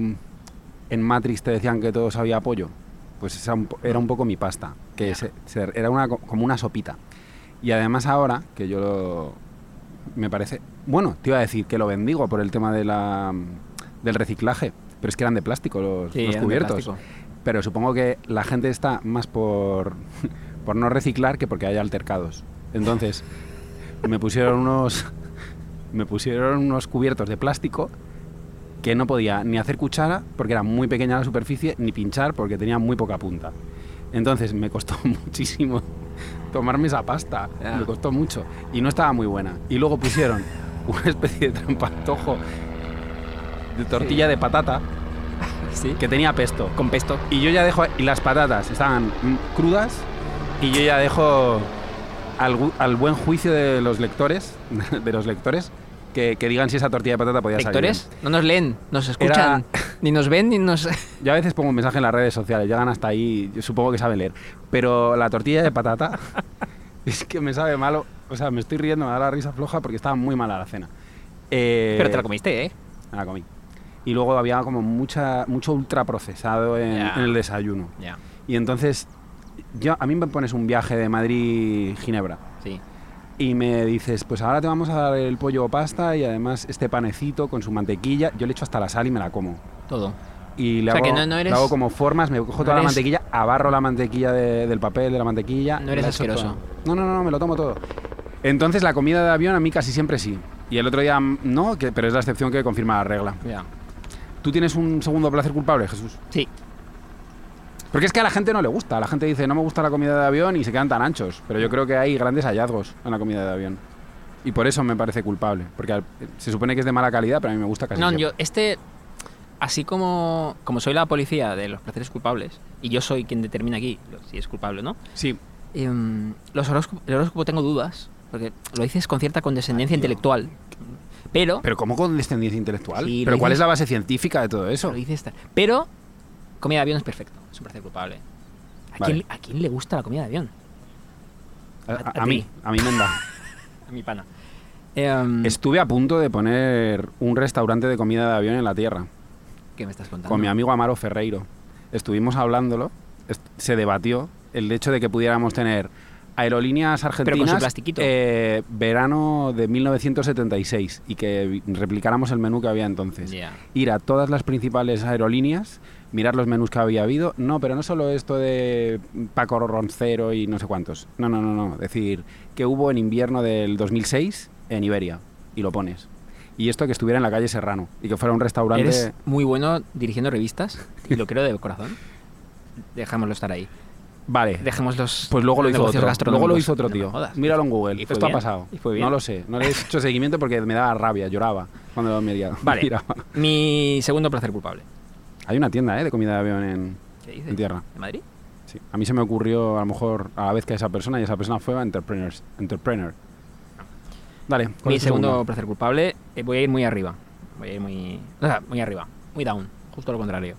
[SPEAKER 2] en Matrix te decían que todo sabía a pollo? Pues esa un po- era un poco mi pasta, que
[SPEAKER 1] Ya.
[SPEAKER 2] se- se- era una, co- como una sopita. Y además ahora, que yo lo- me parece... Bueno, te iba a decir que lo bendigo por el tema de la, del reciclaje, pero es que eran de plástico los,
[SPEAKER 1] Sí,
[SPEAKER 2] los
[SPEAKER 1] eran de
[SPEAKER 2] cubiertos.
[SPEAKER 1] plástico.
[SPEAKER 2] Pero supongo que la gente está más por, por no reciclar que porque haya altercados. Entonces, me pusieron unos. Me pusieron unos cubiertos de plástico que no podía ni hacer cuchara porque era muy pequeña la superficie, ni pinchar porque tenía muy poca punta. Entonces me costó muchísimo tomarme esa pasta,
[SPEAKER 1] Ya.
[SPEAKER 2] me costó mucho y no estaba muy buena. Y luego pusieron una especie de trampantojo de tortilla de patata
[SPEAKER 1] Sí.
[SPEAKER 2] que tenía pesto.
[SPEAKER 1] Con pesto.
[SPEAKER 2] Y yo ya dejo. Y las patatas estaban mm, crudas. Y yo ya dejo al, gu- al buen juicio de los lectores. De los lectores. Que, que digan si esa tortilla de patata podía salir.
[SPEAKER 1] Lectores, no nos leen, nos escuchan, ni nos ven, ni nos...
[SPEAKER 2] bien. Yo a veces pongo un mensaje en las redes sociales. Llegan hasta ahí. Yo supongo que saben leer. Pero la tortilla de patata. es que me sabe malo. O sea, me estoy riendo. Me da la risa floja porque estaba muy mala la cena. Eh,
[SPEAKER 1] Pero te la comiste, ¿eh?
[SPEAKER 2] Me la comí. Y luego había como mucha, mucho ultraprocesado en-
[SPEAKER 1] Ya.
[SPEAKER 2] en el desayuno.
[SPEAKER 1] Ya,
[SPEAKER 2] Y entonces, yo, a mí me pones un viaje de Madrid-Ginebra
[SPEAKER 1] sí.
[SPEAKER 2] y me dices, pues ahora te vamos a dar el pollo o pasta y además este panecito con su mantequilla. Yo le echo hasta la sal y me la como.
[SPEAKER 1] Todo.
[SPEAKER 2] Y le,
[SPEAKER 1] O sea, que
[SPEAKER 2] hago,
[SPEAKER 1] no- no
[SPEAKER 2] le
[SPEAKER 1] eres-
[SPEAKER 2] hago como formas, me cojo
[SPEAKER 1] no
[SPEAKER 2] toda la
[SPEAKER 1] eres-
[SPEAKER 2] mantequilla, abarro la mantequilla de- del papel, de la mantequilla.
[SPEAKER 1] No eres
[SPEAKER 2] la echo
[SPEAKER 1] asqueroso.
[SPEAKER 2] toda. No, no, no, me lo tomo todo. Entonces la comida de avión a mí casi siempre sí. Y el otro día mm, no, que- pero es la excepción que confirma la regla.
[SPEAKER 1] Ya.
[SPEAKER 2] ¿Tú tienes un segundo placer culpable, Jesús?
[SPEAKER 1] Sí.
[SPEAKER 2] Porque es que a la gente no le gusta. La gente dice, no me gusta la comida de avión y se quedan tan anchos. Pero yo creo que hay grandes hallazgos en la comida de avión. Y por eso me parece culpable. Porque al- eh, se supone que es de mala calidad, pero a mí me gusta casi.
[SPEAKER 1] No,
[SPEAKER 2] siempre.
[SPEAKER 1] yo, este, así como, como soy la policía de los placeres culpables, y yo soy quien determina aquí lo- si es culpable o no,
[SPEAKER 2] Sí.
[SPEAKER 1] em, los horóscopos, el horóscopo tengo dudas, porque lo dices con cierta condescendencia intelectual, pero,
[SPEAKER 2] Pero ¿cómo con descendencia intelectual?
[SPEAKER 1] Sí, lo
[SPEAKER 2] ¿Pero cuál
[SPEAKER 1] dices-
[SPEAKER 2] es la base científica de todo eso?
[SPEAKER 1] lo dices tal- pero comida de avión es perfecto, es un placer culpable. ¿A,
[SPEAKER 2] Vale.
[SPEAKER 1] quién, ¿A quién le gusta la comida de avión?
[SPEAKER 2] A, a-
[SPEAKER 1] a
[SPEAKER 2] a mí,
[SPEAKER 1] ti.
[SPEAKER 2] a mí menda.
[SPEAKER 1] A mi pana. Em,
[SPEAKER 2] Estuve a punto de poner un restaurante de comida de avión en la Tierra.
[SPEAKER 1] ¿Qué me estás contando?
[SPEAKER 2] con mi amigo Amaro Ferreiro. Estuvimos hablándolo, est- se debatió el hecho de que pudiéramos tener aerolíneas
[SPEAKER 1] con su
[SPEAKER 2] argentinas
[SPEAKER 1] plastiquito.
[SPEAKER 2] eh, verano de 1976 y que vi- replicáramos el menú que había entonces.
[SPEAKER 1] Ya.
[SPEAKER 2] Ir a todas las principales aerolíneas, mirar los menús que había habido. No, pero no solo esto de Paco Roncero y no sé cuántos. No, no, no, no. Decir, que hubo en invierno del 2006 en Iberia y lo pones. Y esto que estuviera en la calle Serrano y que fuera un restaurante...
[SPEAKER 1] Eres muy bueno dirigiendo revistas y lo creo de corazón. Dejémoslo estar ahí.
[SPEAKER 2] Vale.
[SPEAKER 1] Dejemos los.
[SPEAKER 2] Pues luego lo
[SPEAKER 1] los
[SPEAKER 2] hizo
[SPEAKER 1] negocios
[SPEAKER 2] otro.
[SPEAKER 1] gastronómicos.
[SPEAKER 2] Luego lo hizo otro
[SPEAKER 1] No
[SPEAKER 2] tío.
[SPEAKER 1] me jodas.
[SPEAKER 2] Míralo en Google.
[SPEAKER 1] ¿Y fue
[SPEAKER 2] Esto
[SPEAKER 1] bien?
[SPEAKER 2] ha pasado.
[SPEAKER 1] ¿Y fue bien?
[SPEAKER 2] No lo sé. No le he hecho seguimiento porque me daba rabia. Lloraba cuando lo miraba.
[SPEAKER 1] Vale.
[SPEAKER 2] Miraba.
[SPEAKER 1] Mi segundo placer culpable.
[SPEAKER 2] Hay una tienda ¿eh? de comida de avión en,
[SPEAKER 1] ¿Qué dices?
[SPEAKER 2] en tierra.
[SPEAKER 1] ¿De Madrid?
[SPEAKER 2] Sí. A mí se me ocurrió a lo mejor a la vez que esa persona y esa persona fue a Entrepreneurs. Entrepreneur. Dale. ¿cuál
[SPEAKER 1] Mi
[SPEAKER 2] es tu
[SPEAKER 1] segundo
[SPEAKER 2] segunda?
[SPEAKER 1] placer culpable. eh, voy a ir muy arriba. Voy a ir muy. O sea, muy arriba. Muy down. Justo lo contrario.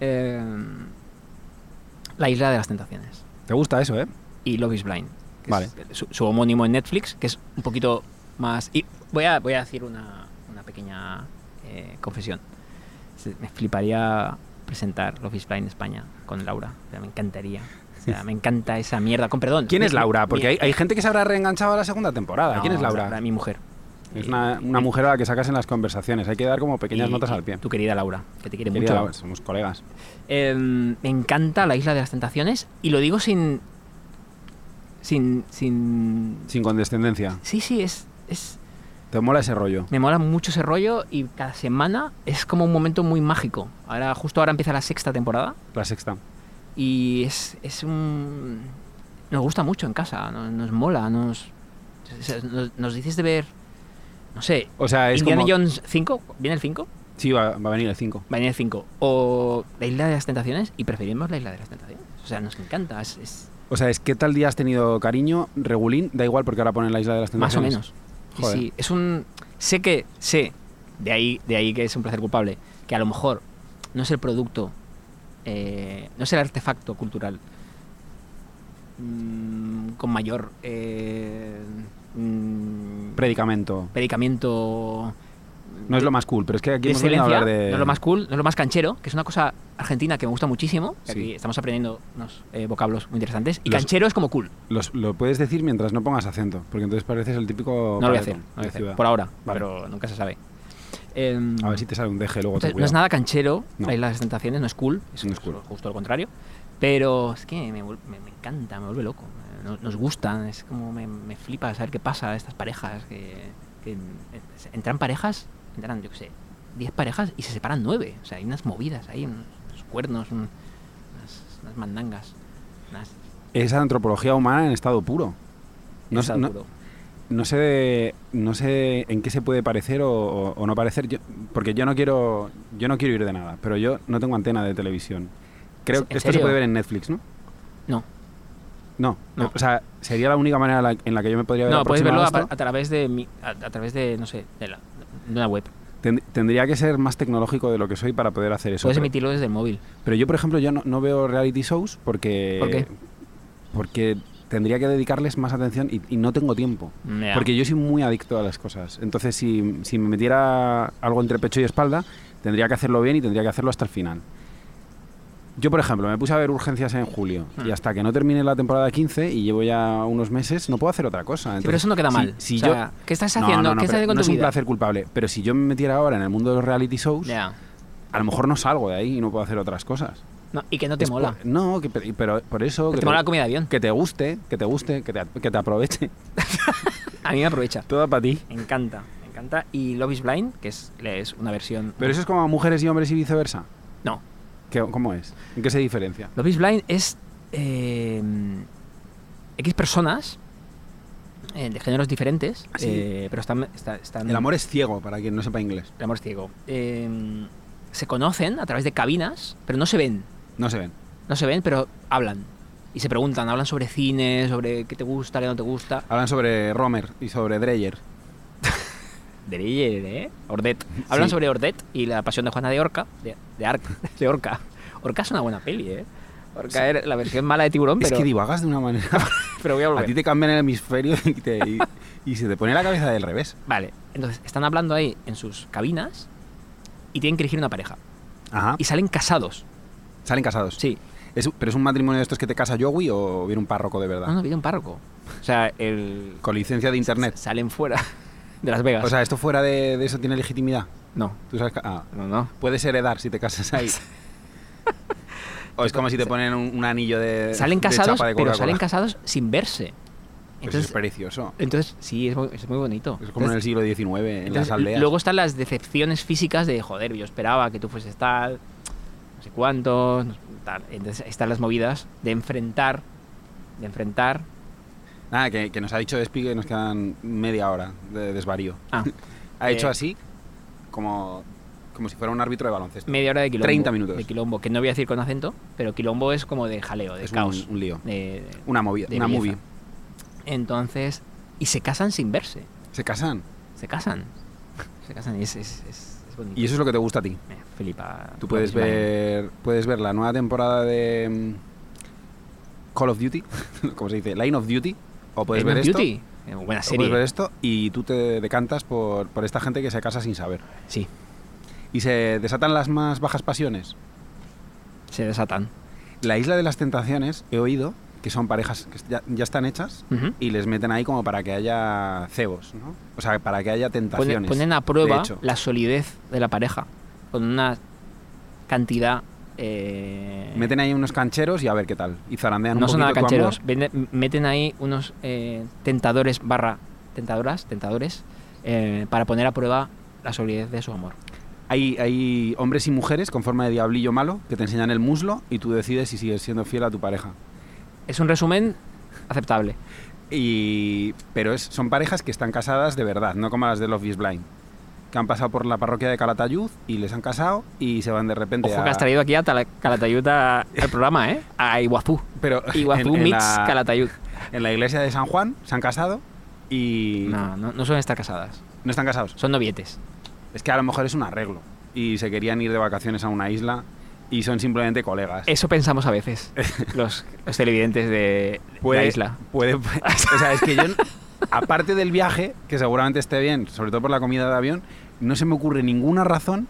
[SPEAKER 1] Eh, la isla de las tentaciones.
[SPEAKER 2] Te gusta eso, ¿eh?
[SPEAKER 1] y Love is Blind. que
[SPEAKER 2] Vale.
[SPEAKER 1] es su, su homónimo en Netflix, que es un poquito más. Y voy a, voy a decir una, una pequeña eh, confesión. Se- Me fliparía presentar Love is Blind en España con Laura. O sea, me encantaría. O sea, me encanta esa mierda. Con perdón.
[SPEAKER 2] ¿Quién
[SPEAKER 1] Mi-
[SPEAKER 2] es Laura?
[SPEAKER 1] mi-
[SPEAKER 2] Porque hay, hay gente que se habrá reenganchado a la segunda temporada.
[SPEAKER 1] No,
[SPEAKER 2] ¿Quién es Laura?
[SPEAKER 1] Mi mujer.
[SPEAKER 2] Es una, una mujer a la que sacas en las conversaciones. Hay que dar como pequeñas
[SPEAKER 1] Y-
[SPEAKER 2] notas
[SPEAKER 1] y
[SPEAKER 2] al pie.
[SPEAKER 1] Tu querida Laura, que te quiere
[SPEAKER 2] Querida
[SPEAKER 1] mucho.
[SPEAKER 2] Laura, somos colegas.
[SPEAKER 1] Eh, me encanta la isla de las tentaciones y lo digo sin. Sin. sin...
[SPEAKER 2] Sin condescendencia.
[SPEAKER 1] Sí, sí, es. es
[SPEAKER 2] Te mola ese rollo.
[SPEAKER 1] Me mola mucho ese rollo y cada semana es como un momento muy mágico. Ahora, justo ahora empieza la sexta temporada
[SPEAKER 2] La sexta.
[SPEAKER 1] y es, es un... Nos gusta mucho en casa, no- nos, mola, nos, o sea, nos, nos dices de ver... No sé,
[SPEAKER 2] O sea, es
[SPEAKER 1] Indiana
[SPEAKER 2] como...
[SPEAKER 1] Jones 5, ¿viene el 5?
[SPEAKER 2] Sí, va, va a venir el 5.
[SPEAKER 1] Va a venir el 5. O La Isla de las Tentaciones y preferimos La Isla de las Tentaciones. O sea, nos encanta, es, es
[SPEAKER 2] O sea, es que tal día has tenido cariño, regulín, da igual porque ahora ponen la isla de las
[SPEAKER 1] más o
[SPEAKER 2] tentaciones.
[SPEAKER 1] menos. Sí,
[SPEAKER 2] Joder.
[SPEAKER 1] sí, es un... Sé que, sé, de ahí, de ahí que es un placer culpable, que a lo mejor no es el producto eh, no es el artefacto cultural mm, con mayor eh, mm,
[SPEAKER 2] Predicamento.
[SPEAKER 1] predicamiento
[SPEAKER 2] No es lo más cool, pero es que aquí
[SPEAKER 1] de
[SPEAKER 2] hemos venido a
[SPEAKER 1] excelencia,
[SPEAKER 2] hablar de.
[SPEAKER 1] no es lo más cool, no es lo más canchero, que es una cosa argentina que me gusta muchísimo. que
[SPEAKER 2] Sí.
[SPEAKER 1] Aquí estamos aprendiendo unos eh, vocablos muy interesantes. Y
[SPEAKER 2] Los-
[SPEAKER 1] canchero es como cool.
[SPEAKER 2] Los- lo puedes decir mientras no pongas acento, porque entonces pareces el típico.
[SPEAKER 1] No lo voy a
[SPEAKER 2] paleto
[SPEAKER 1] hacer, no lo voy a
[SPEAKER 2] de
[SPEAKER 1] hacer,
[SPEAKER 2] ciudad.
[SPEAKER 1] por ahora,
[SPEAKER 2] Vale.
[SPEAKER 1] pero nunca se sabe. Em,
[SPEAKER 2] A ver si te sale un deje luego.
[SPEAKER 1] entonces,
[SPEAKER 2] Te
[SPEAKER 1] no es nada canchero,
[SPEAKER 2] No.
[SPEAKER 1] la Isla de las tentaciones, no es cool, es,
[SPEAKER 2] No es cool.
[SPEAKER 1] justo lo contrario. Pero es que me, vuel- me- me encanta, me vuelve loco. eh, no- Nos gusta, es como me, me flipa saber qué pasa a estas parejas. Que, que en- en- entran parejas, entran, yo qué sé, 10 parejas y se separan 9. O sea, hay unas movidas ahí, unos, unos cuernos, un- unas, unas mandangas. unas-
[SPEAKER 2] Es antropología humana en estado puro. No, sé-
[SPEAKER 1] estado
[SPEAKER 2] no-
[SPEAKER 1] puro.
[SPEAKER 2] no sé, no sé en qué se puede parecer o, o- o no parecer, yo- porque yo no quiero, yo no quiero ir de nada, pero yo no tengo antena de televisión. Creo
[SPEAKER 1] ¿En
[SPEAKER 2] que esto se
[SPEAKER 1] serio?
[SPEAKER 2] puede ver en Netflix, ¿no?
[SPEAKER 1] No,
[SPEAKER 2] No,
[SPEAKER 1] No.
[SPEAKER 2] o sea, sería la única manera la- en la que yo me podría ver.
[SPEAKER 1] no puedes verlo a,
[SPEAKER 2] aproximado a
[SPEAKER 1] a través de, mi- a, a través de, no sé, de, la, de una web.
[SPEAKER 2] esto. Ten- Tendría que ser más tecnológico de lo que soy para poder hacer eso.
[SPEAKER 1] Puedes
[SPEAKER 2] pero-
[SPEAKER 1] emitirlo desde el móvil.
[SPEAKER 2] Pero yo, por ejemplo, yo no, no veo reality shows porque.
[SPEAKER 1] ¿Por qué?
[SPEAKER 2] Porque tendría que dedicarles más atención y, y no tengo tiempo.
[SPEAKER 1] Ya.
[SPEAKER 2] Porque yo soy muy adicto a las cosas. Entonces, si, si me metiera algo entre pecho y espalda, tendría que hacerlo bien y tendría que hacerlo hasta el final. Yo, por ejemplo, me puse a ver urgencias en julio
[SPEAKER 1] Hmm.
[SPEAKER 2] y hasta que no termine la temporada 15 y llevo ya unos meses, no puedo hacer otra cosa.
[SPEAKER 1] Sí, pero
[SPEAKER 2] Entonces,
[SPEAKER 1] eso no queda
[SPEAKER 2] si-
[SPEAKER 1] mal.
[SPEAKER 2] Si
[SPEAKER 1] O
[SPEAKER 2] yo-
[SPEAKER 1] sea, ¿Qué estás
[SPEAKER 2] No,
[SPEAKER 1] haciendo?
[SPEAKER 2] no, no,
[SPEAKER 1] ¿Qué
[SPEAKER 2] pero
[SPEAKER 1] estás haciendo con
[SPEAKER 2] no
[SPEAKER 1] tu
[SPEAKER 2] es un
[SPEAKER 1] vida?
[SPEAKER 2] placer culpable, pero si yo me metiera ahora en el mundo de los reality shows,
[SPEAKER 1] Ya.
[SPEAKER 2] a lo mejor no salgo de ahí y no puedo hacer otras cosas.
[SPEAKER 1] No, y que no te
[SPEAKER 2] Es
[SPEAKER 1] mola.
[SPEAKER 2] por- no, que, pe- pero por eso.
[SPEAKER 1] Que
[SPEAKER 2] Que
[SPEAKER 1] te mola la comida de avión.
[SPEAKER 2] que te guste, que te guste, que te, que te aproveche.
[SPEAKER 1] A mí me aprovecha.
[SPEAKER 2] Todo para ti.
[SPEAKER 1] Me encanta, me encanta. Y Love is Blind, que es, es una versión...
[SPEAKER 2] Pero eso es como mujeres y hombres y viceversa.
[SPEAKER 1] No.
[SPEAKER 2] ¿Qué- ¿Cómo es? ¿En qué se diferencia?
[SPEAKER 1] Love is Blind es... eh, X personas eh, de géneros diferentes,
[SPEAKER 2] Ah, sí.
[SPEAKER 1] eh, pero están... está- están-
[SPEAKER 2] El amor es ciego, para quien no sepa inglés.
[SPEAKER 1] el amor es ciego. Eh, se conocen a través de cabinas, pero no se ven.
[SPEAKER 2] No se ven.
[SPEAKER 1] No se ven, pero hablan. Y se preguntan, hablan sobre cine, sobre qué te gusta, qué no te gusta.
[SPEAKER 2] Hablan sobre Romer y sobre Dreyer.
[SPEAKER 1] Dreyer, ¿eh? Ordet. Hablan
[SPEAKER 2] Sí.
[SPEAKER 1] sobre Ordet y la pasión de Juana de Orca. De, de Arc, de Orca. Orca es una buena peli, ¿eh? Orca era la versión mala de tiburón,
[SPEAKER 2] Es
[SPEAKER 1] pero,
[SPEAKER 2] que divagas de una manera.
[SPEAKER 1] pero voy a
[SPEAKER 2] a
[SPEAKER 1] volver.
[SPEAKER 2] ti te cambian el hemisferio y, te- y- y se te pone la cabeza del revés.
[SPEAKER 1] Vale, entonces están hablando ahí en sus cabinas y tienen que elegir una pareja.
[SPEAKER 2] Ajá.
[SPEAKER 1] Y salen casados.
[SPEAKER 2] Salen casados.
[SPEAKER 1] Sí.
[SPEAKER 2] Es- ¿Pero es un matrimonio de estos que te casa Joey o viene un párroco de verdad?
[SPEAKER 1] Ah, No, no, viene un párroco. O sea, el...
[SPEAKER 2] Con licencia de internet.
[SPEAKER 1] Salen fuera de Las Vegas.
[SPEAKER 2] O sea, esto fuera de, de eso tiene legitimidad.
[SPEAKER 1] no,
[SPEAKER 2] Tú sabes que- ah,
[SPEAKER 1] no, no.
[SPEAKER 2] Puedes heredar si te casas ahí. o es como si te ponen un, un anillo de.
[SPEAKER 1] Salen
[SPEAKER 2] Eh, de
[SPEAKER 1] casados,
[SPEAKER 2] chapa de
[SPEAKER 1] pero
[SPEAKER 2] Coca-Cola.
[SPEAKER 1] salen casados sin verse.
[SPEAKER 2] Pues
[SPEAKER 1] Entonces,
[SPEAKER 2] es precioso.
[SPEAKER 1] entonces sí, es muy, es muy bonito.
[SPEAKER 2] Es como en
[SPEAKER 1] Entonces-
[SPEAKER 2] el siglo XIX, en
[SPEAKER 1] Entonces,
[SPEAKER 2] las aldeas.
[SPEAKER 1] Luego están las decepciones físicas de, joder, yo esperaba que tú fueses tal, no sé cuántos, no sé, tal. Entonces están las movidas de enfrentar, de enfrentar.
[SPEAKER 2] Nada, que, que nos ha dicho Despi que nos quedan media hora de desvarío.
[SPEAKER 1] Ah,
[SPEAKER 2] Ha
[SPEAKER 1] Eh,
[SPEAKER 2] hecho así, como, como si fuera un árbitro de baloncesto.
[SPEAKER 1] media hora de quilombo.
[SPEAKER 2] 30 minutos.
[SPEAKER 1] De quilombo, que no voy a decir con acento, pero quilombo es como de jaleo, de
[SPEAKER 2] es un,
[SPEAKER 1] Mm, caos.
[SPEAKER 2] un lío.
[SPEAKER 1] de-
[SPEAKER 2] Una movida,
[SPEAKER 1] de
[SPEAKER 2] una
[SPEAKER 1] belleza.
[SPEAKER 2] movie.
[SPEAKER 1] entonces, y se casan sin verse.
[SPEAKER 2] Se casan.
[SPEAKER 1] Se casan. Se casan y es, es, es- es bonito.
[SPEAKER 2] Y eso es lo que te gusta a ti.
[SPEAKER 1] Me flipa.
[SPEAKER 2] Tú puedes
[SPEAKER 1] Muchísima gente.
[SPEAKER 2] ver, puedes ver la nueva temporada de mm, Call of Duty, ¿cómo se dice? Line of Duty. O puedes
[SPEAKER 1] Line
[SPEAKER 2] ver
[SPEAKER 1] of
[SPEAKER 2] esto.
[SPEAKER 1] Duty, eh, Buena
[SPEAKER 2] Tú
[SPEAKER 1] serie.
[SPEAKER 2] Puedes ver esto y tú te decantas por, por esta gente que se casa sin saber.
[SPEAKER 1] Sí,
[SPEAKER 2] Y se desatan las más bajas pasiones.
[SPEAKER 1] se desatan.
[SPEAKER 2] La isla de las tentaciones, he oído que son parejas que ya, ya están hechas
[SPEAKER 1] Ujú.
[SPEAKER 2] y les meten ahí como para que haya cebos, ¿no? O sea, para que haya
[SPEAKER 1] Pone-
[SPEAKER 2] tentaciones.
[SPEAKER 1] ponen a prueba
[SPEAKER 2] de hecho.
[SPEAKER 1] la solidez de la pareja con una cantidad. eh,
[SPEAKER 2] Meten ahí unos cancheros y a ver qué tal. Y zarandean
[SPEAKER 1] no
[SPEAKER 2] un
[SPEAKER 1] son
[SPEAKER 2] poquito
[SPEAKER 1] nada
[SPEAKER 2] tu
[SPEAKER 1] cancheros,
[SPEAKER 2] amor.
[SPEAKER 1] vende- meten ahí unos eh, tentadores barra tentadoras, tentadores, eh, para poner a prueba la solidez de su amor.
[SPEAKER 2] Hay, hay hombres y mujeres con forma de diablillo malo que te enseñan el muslo y tú decides si sigues siendo fiel a tu pareja.
[SPEAKER 1] Es un resumen aceptable.
[SPEAKER 2] Y, pero es, son parejas que están casadas de verdad, no como las de Love is Blind. Que han pasado por la parroquia de Calatayud y les han casado y se van de repente
[SPEAKER 1] Ojo
[SPEAKER 2] a...
[SPEAKER 1] que has traído aquí a Tala- Calatayuda al programa, ¿eh? A Iguazú.
[SPEAKER 2] Pero
[SPEAKER 1] Iguazú
[SPEAKER 2] en, en
[SPEAKER 1] Mix
[SPEAKER 2] la,
[SPEAKER 1] Calatayud.
[SPEAKER 2] en la iglesia de San Juan se han casado y
[SPEAKER 1] No,
[SPEAKER 2] no.
[SPEAKER 1] no, no son estar casadas.
[SPEAKER 2] están casados.
[SPEAKER 1] Son novietes.
[SPEAKER 2] Es que a lo mejor es un arreglo. Y se querían ir de vacaciones a una isla y son simplemente colegas.
[SPEAKER 1] Eso pensamos a veces, los, los televidentes de
[SPEAKER 2] Puede-
[SPEAKER 1] la isla.
[SPEAKER 2] puede- o sea, es que yo, aparte del viaje, que seguramente esté bien, sobre todo por la comida de avión, no se me ocurre ninguna razón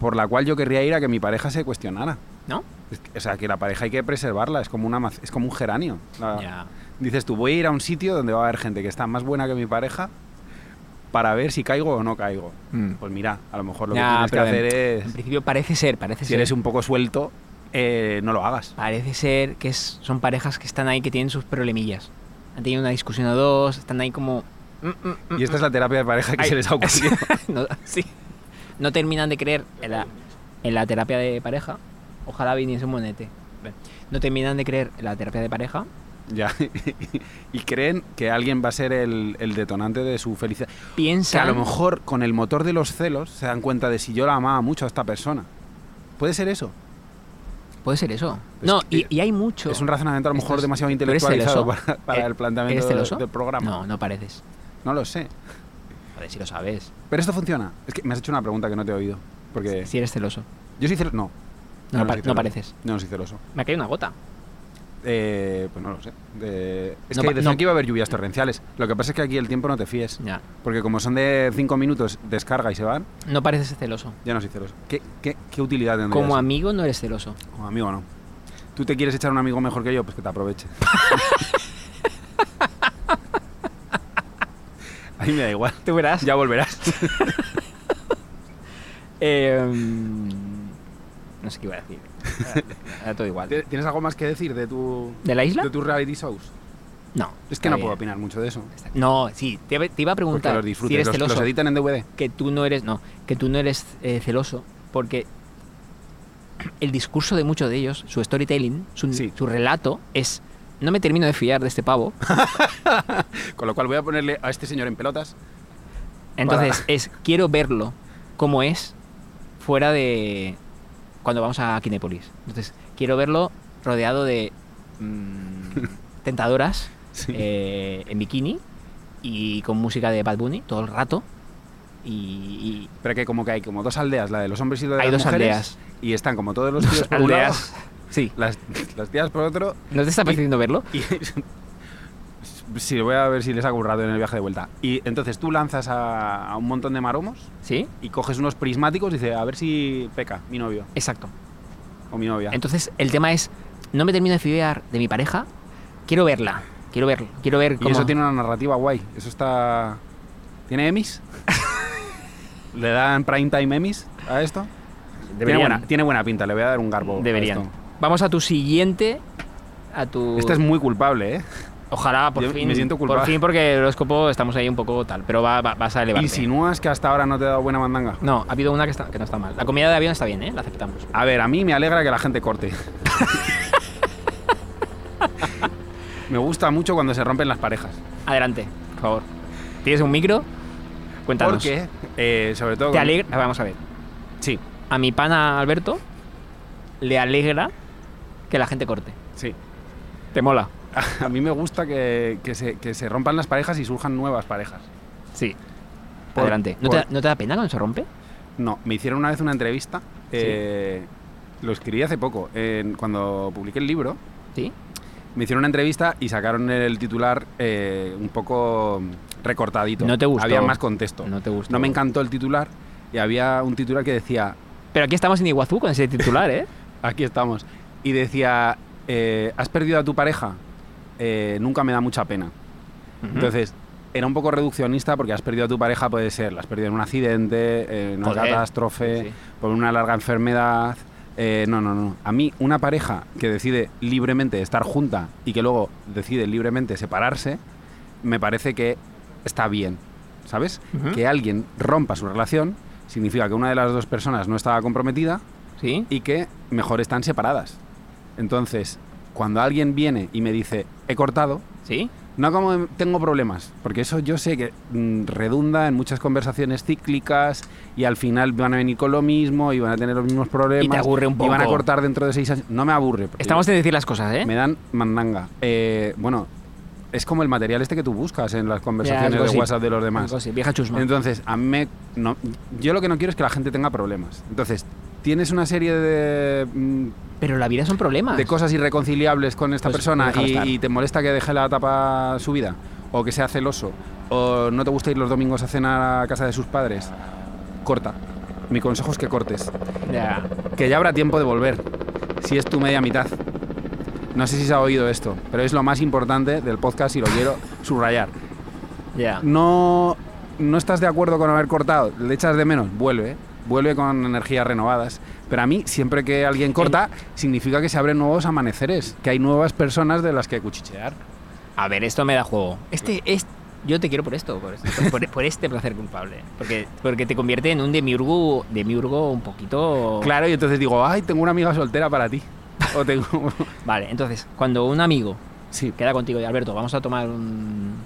[SPEAKER 2] por la cual yo querría ir a que mi pareja se cuestionara.
[SPEAKER 1] ¿No?
[SPEAKER 2] Es que- o sea, que la pareja hay que preservarla, es como, una, maz- es como un geranio. La-
[SPEAKER 1] Ya.
[SPEAKER 2] Dices tú, voy a ir a un sitio donde va a haber gente que está más buena que mi pareja para ver si caigo o no caigo.
[SPEAKER 1] Mm.
[SPEAKER 2] Pues mira, a lo mejor lo
[SPEAKER 1] Ya,
[SPEAKER 2] que
[SPEAKER 1] pero en-
[SPEAKER 2] tienes que hacer
[SPEAKER 1] En
[SPEAKER 2] es,
[SPEAKER 1] principio parece ser, parece
[SPEAKER 2] si
[SPEAKER 1] ser.
[SPEAKER 2] eres un poco suelto, eh, no lo hagas.
[SPEAKER 1] Parece ser que es- son parejas que están ahí que tienen sus problemillas. Han tenido una discusión a dos, están ahí como. mm, mm, mm,
[SPEAKER 2] Y esta es la terapia de pareja que
[SPEAKER 1] Ay.
[SPEAKER 2] se les ha ocurrido.
[SPEAKER 1] no, sí. No terminan de creer en la, en la terapia de pareja. Ojalá viniese un monete. Ven. No terminan de creer en la terapia de pareja.
[SPEAKER 2] Ya. y creen que alguien va a ser el, el detonante de su felicidad. Que
[SPEAKER 1] Piensan.
[SPEAKER 2] a lo mejor con el motor de los celos se dan cuenta de si yo la amaba mucho a esta persona. Puede ser eso.
[SPEAKER 1] Puede ser eso.
[SPEAKER 2] Es
[SPEAKER 1] No,
[SPEAKER 2] que-
[SPEAKER 1] y, y hay mucho.
[SPEAKER 2] Es un razonamiento a lo
[SPEAKER 1] Esto
[SPEAKER 2] mejor
[SPEAKER 1] es-
[SPEAKER 2] demasiado
[SPEAKER 1] ¿tú eres
[SPEAKER 2] intelectualizado
[SPEAKER 1] celoso?
[SPEAKER 2] para, para
[SPEAKER 1] Eh,
[SPEAKER 2] el
[SPEAKER 1] ¿Eres
[SPEAKER 2] planteamiento
[SPEAKER 1] celoso?
[SPEAKER 2] de- del programa.
[SPEAKER 1] No, no pareces.
[SPEAKER 2] No lo sé.
[SPEAKER 1] Joder, si lo sabes.
[SPEAKER 2] Pero esto funciona. Es que me has hecho una pregunta que no te he oído. Porque
[SPEAKER 1] Si eres celoso.
[SPEAKER 2] yo soy celoso. No.
[SPEAKER 1] No, pa-
[SPEAKER 2] soy
[SPEAKER 1] no
[SPEAKER 2] celoso.
[SPEAKER 1] pareces.
[SPEAKER 2] No, no soy celoso.
[SPEAKER 1] Me ha caído una gota.
[SPEAKER 2] Eh, pues no lo sé. Eh, es
[SPEAKER 1] No
[SPEAKER 2] que
[SPEAKER 1] pa-
[SPEAKER 2] decían
[SPEAKER 1] no.
[SPEAKER 2] que iba a haber lluvias torrenciales. Lo que pasa es que aquí el tiempo no te fíes.
[SPEAKER 1] Ya.
[SPEAKER 2] Porque como son de 5 minutos, descarga y se van.
[SPEAKER 1] No pareces celoso.
[SPEAKER 2] Ya no soy celoso. ¿Qué, qué, qué utilidad tendría
[SPEAKER 1] Como
[SPEAKER 2] eso?
[SPEAKER 1] amigo no eres celoso.
[SPEAKER 2] Como amigo no. ¿Tú te quieres echar un amigo mejor que yo? Pues que te aproveche. A mí me da igual.
[SPEAKER 1] Tú verás.
[SPEAKER 2] Ya volverás.
[SPEAKER 1] Em, no sé qué iba a decir. Era todo igual.
[SPEAKER 2] ¿Tie- ¿Tienes algo más que decir de tu,
[SPEAKER 1] ¿De la isla?
[SPEAKER 2] de tus reality shows?
[SPEAKER 1] No.
[SPEAKER 2] Es que
[SPEAKER 1] está
[SPEAKER 2] no
[SPEAKER 1] bien.
[SPEAKER 2] puedo opinar mucho de eso.
[SPEAKER 1] No, sí, te, iba- te iba a
[SPEAKER 2] Porque
[SPEAKER 1] preguntar
[SPEAKER 2] los
[SPEAKER 1] si
[SPEAKER 2] disfrutes.
[SPEAKER 1] eres
[SPEAKER 2] los,
[SPEAKER 1] celoso,
[SPEAKER 2] los editan en DVD.
[SPEAKER 1] que tú no eres, no, que tú no eres eh, celoso, porque el discurso de muchos de ellos, su storytelling, su,
[SPEAKER 2] Sí.
[SPEAKER 1] su relato es no me termino de fiar de este pavo.
[SPEAKER 2] Con lo cual voy a ponerle a este señor en pelotas.
[SPEAKER 1] Entonces, es quiero verlo como es fuera de cuando vamos a Kinépolis. Entonces, quiero verlo rodeado de mm, tentadoras
[SPEAKER 2] Sí.
[SPEAKER 1] eh, en bikini y con música de Bad Bunny todo el rato. Y, y
[SPEAKER 2] Pero que como que hay como dos aldeas, la de los hombres y la de
[SPEAKER 1] hay
[SPEAKER 2] las
[SPEAKER 1] dos
[SPEAKER 2] mujeres,
[SPEAKER 1] aldeas.
[SPEAKER 2] Y están como todos los tíos
[SPEAKER 1] Dos
[SPEAKER 2] por un lado,
[SPEAKER 1] aldeas. Sí.
[SPEAKER 2] las, las tías por otro
[SPEAKER 1] ¿No te está pareciendo verlo?
[SPEAKER 2] Y sí, voy a ver si les ha currado en el viaje de vuelta. Y entonces tú lanzas a, a un montón de maromos
[SPEAKER 1] Sí.
[SPEAKER 2] y coges unos prismáticos y dices, a ver si peca mi novio
[SPEAKER 1] Exacto.
[SPEAKER 2] o mi novia.
[SPEAKER 1] Entonces, el tema es, no me termino de fiar de mi pareja, quiero verla. Quiero verlo. Quiero ver
[SPEAKER 2] y
[SPEAKER 1] cómo...
[SPEAKER 2] eso tiene una narrativa guay. Eso está... ¿Tiene Emmys? ¿Le dan prime time Emmys a esto? Tiene
[SPEAKER 1] Deberían.
[SPEAKER 2] buena, tiene buena pinta, le voy a dar un garbo. a
[SPEAKER 1] Deberían.
[SPEAKER 2] esto.
[SPEAKER 1] Vamos a tu siguiente. A tu.
[SPEAKER 2] Esta es muy culpable, ¿eh?
[SPEAKER 1] Ojalá por
[SPEAKER 2] yo
[SPEAKER 1] fin.
[SPEAKER 2] me siento
[SPEAKER 1] Por
[SPEAKER 2] culpable.
[SPEAKER 1] fin, porque el horóscopo estamos ahí un poco tal. Pero va, va- vas a elevar.
[SPEAKER 2] ¿Insinúas que hasta ahora no te he dado buena mandanga?
[SPEAKER 1] No, ha habido una que, está- que no está mal. La comida de avión está bien, ¿eh? La aceptamos.
[SPEAKER 2] A ver, a mí me alegra que la gente corte. me gusta mucho cuando se rompen las parejas.
[SPEAKER 1] Adelante, por favor. ¿Tienes un micro? Cuéntanos.
[SPEAKER 2] Porque, eh, sobre todo...
[SPEAKER 1] ¿Te
[SPEAKER 2] con-
[SPEAKER 1] alegra? Ah, Vamos a ver.
[SPEAKER 2] Sí,
[SPEAKER 1] A mi pana Alberto le alegra que la gente corte.
[SPEAKER 2] sí.
[SPEAKER 1] ¿Te mola?
[SPEAKER 2] A, mí me gusta que, que se, que se rompan las parejas y surjan nuevas parejas.
[SPEAKER 1] Sí.
[SPEAKER 2] Por-
[SPEAKER 1] Adelante. ¿No,
[SPEAKER 2] por-
[SPEAKER 1] te, no te da pena cuando se rompe?
[SPEAKER 2] No, me hicieron una vez una entrevista. eh, Lo escribí hace poco. en- cuando publiqué el libro,
[SPEAKER 1] Sí.
[SPEAKER 2] me hicieron una entrevista y sacaron el titular eh, un poco recortadito.
[SPEAKER 1] No te gustó.
[SPEAKER 2] Había más contexto.
[SPEAKER 1] No te gusta.
[SPEAKER 2] no me encantó el titular y había un titular que decía
[SPEAKER 1] Pero aquí estamos en Iguazú con ese titular, ¿eh?
[SPEAKER 2] Aquí estamos. Y decía, eh, ¿has perdido a tu pareja? Eh, nunca me da mucha pena.
[SPEAKER 1] Ujú.
[SPEAKER 2] Entonces, era un poco reduccionista porque has perdido a tu pareja, puede ser, la has perdido en un accidente, en una
[SPEAKER 1] Joder.
[SPEAKER 2] catástrofe,
[SPEAKER 1] Sí.
[SPEAKER 2] por una larga enfermedad. Eh, no, no, no. A mí, una pareja que decide libremente estar junta y que luego decide libremente separarse, me parece que está bien. ¿Sabes?
[SPEAKER 1] Ujú.
[SPEAKER 2] Que alguien rompa su relación significa que una de las dos personas no estaba comprometida
[SPEAKER 1] Sí.
[SPEAKER 2] y que mejor están separadas. Entonces, cuando alguien viene y me dice, he cortado,
[SPEAKER 1] Sí.
[SPEAKER 2] no como tengo problemas, porque eso yo sé que mm, redunda en muchas conversaciones cíclicas y al final van a venir con lo mismo y van a tener los mismos problemas.
[SPEAKER 1] aburre un
[SPEAKER 2] Y van a
[SPEAKER 1] poco.
[SPEAKER 2] cortar dentro de seis años. No me aburre. porque
[SPEAKER 1] Estamos de decir las cosas, ¿eh?
[SPEAKER 2] Me dan mandanga. Eh, bueno, es como el material este que tú buscas en las conversaciones
[SPEAKER 1] algo
[SPEAKER 2] de
[SPEAKER 1] así.
[SPEAKER 2] WhatsApp de los demás.
[SPEAKER 1] Algo así, vieja chusma.
[SPEAKER 2] Entonces, a mí me- no, yo lo que no quiero es que la gente tenga problemas. Entonces, tienes una serie de, mm,
[SPEAKER 1] Pero la vida son problemas.
[SPEAKER 2] de cosas irreconciliables con esta
[SPEAKER 1] Pues,
[SPEAKER 2] persona
[SPEAKER 1] déjalo
[SPEAKER 2] y,
[SPEAKER 1] estar.
[SPEAKER 2] y te molesta que deje la tapa subida, o que sea celoso, o no te gusta ir los domingos a cenar a casa de sus padres, corta. Mi consejo es que cortes.
[SPEAKER 1] Ya.
[SPEAKER 2] Que ya habrá tiempo de volver, si es tu media mitad. No sé si se ha oído esto, pero es lo más importante del podcast y lo quiero subrayar.
[SPEAKER 1] ya.
[SPEAKER 2] No, no estás de acuerdo con haber cortado, le echas de menos, vuelve. Vuelve con energías renovadas. Pero a mí, siempre que alguien corta, significa que se abren nuevos amaneceres, que hay nuevas personas de las que cuchichear.
[SPEAKER 1] A ver, esto me da juego. Este es. Yo te quiero por esto, por, esto, por, por este placer culpable. Porque, porque te convierte en un demiurgo, demiurgo un poquito.
[SPEAKER 2] Claro, y entonces digo, ay, tengo una amiga soltera para ti. O tengo...
[SPEAKER 1] Vale, entonces, cuando un amigo
[SPEAKER 2] Sí,
[SPEAKER 1] queda contigo y Alberto, vamos a tomar un.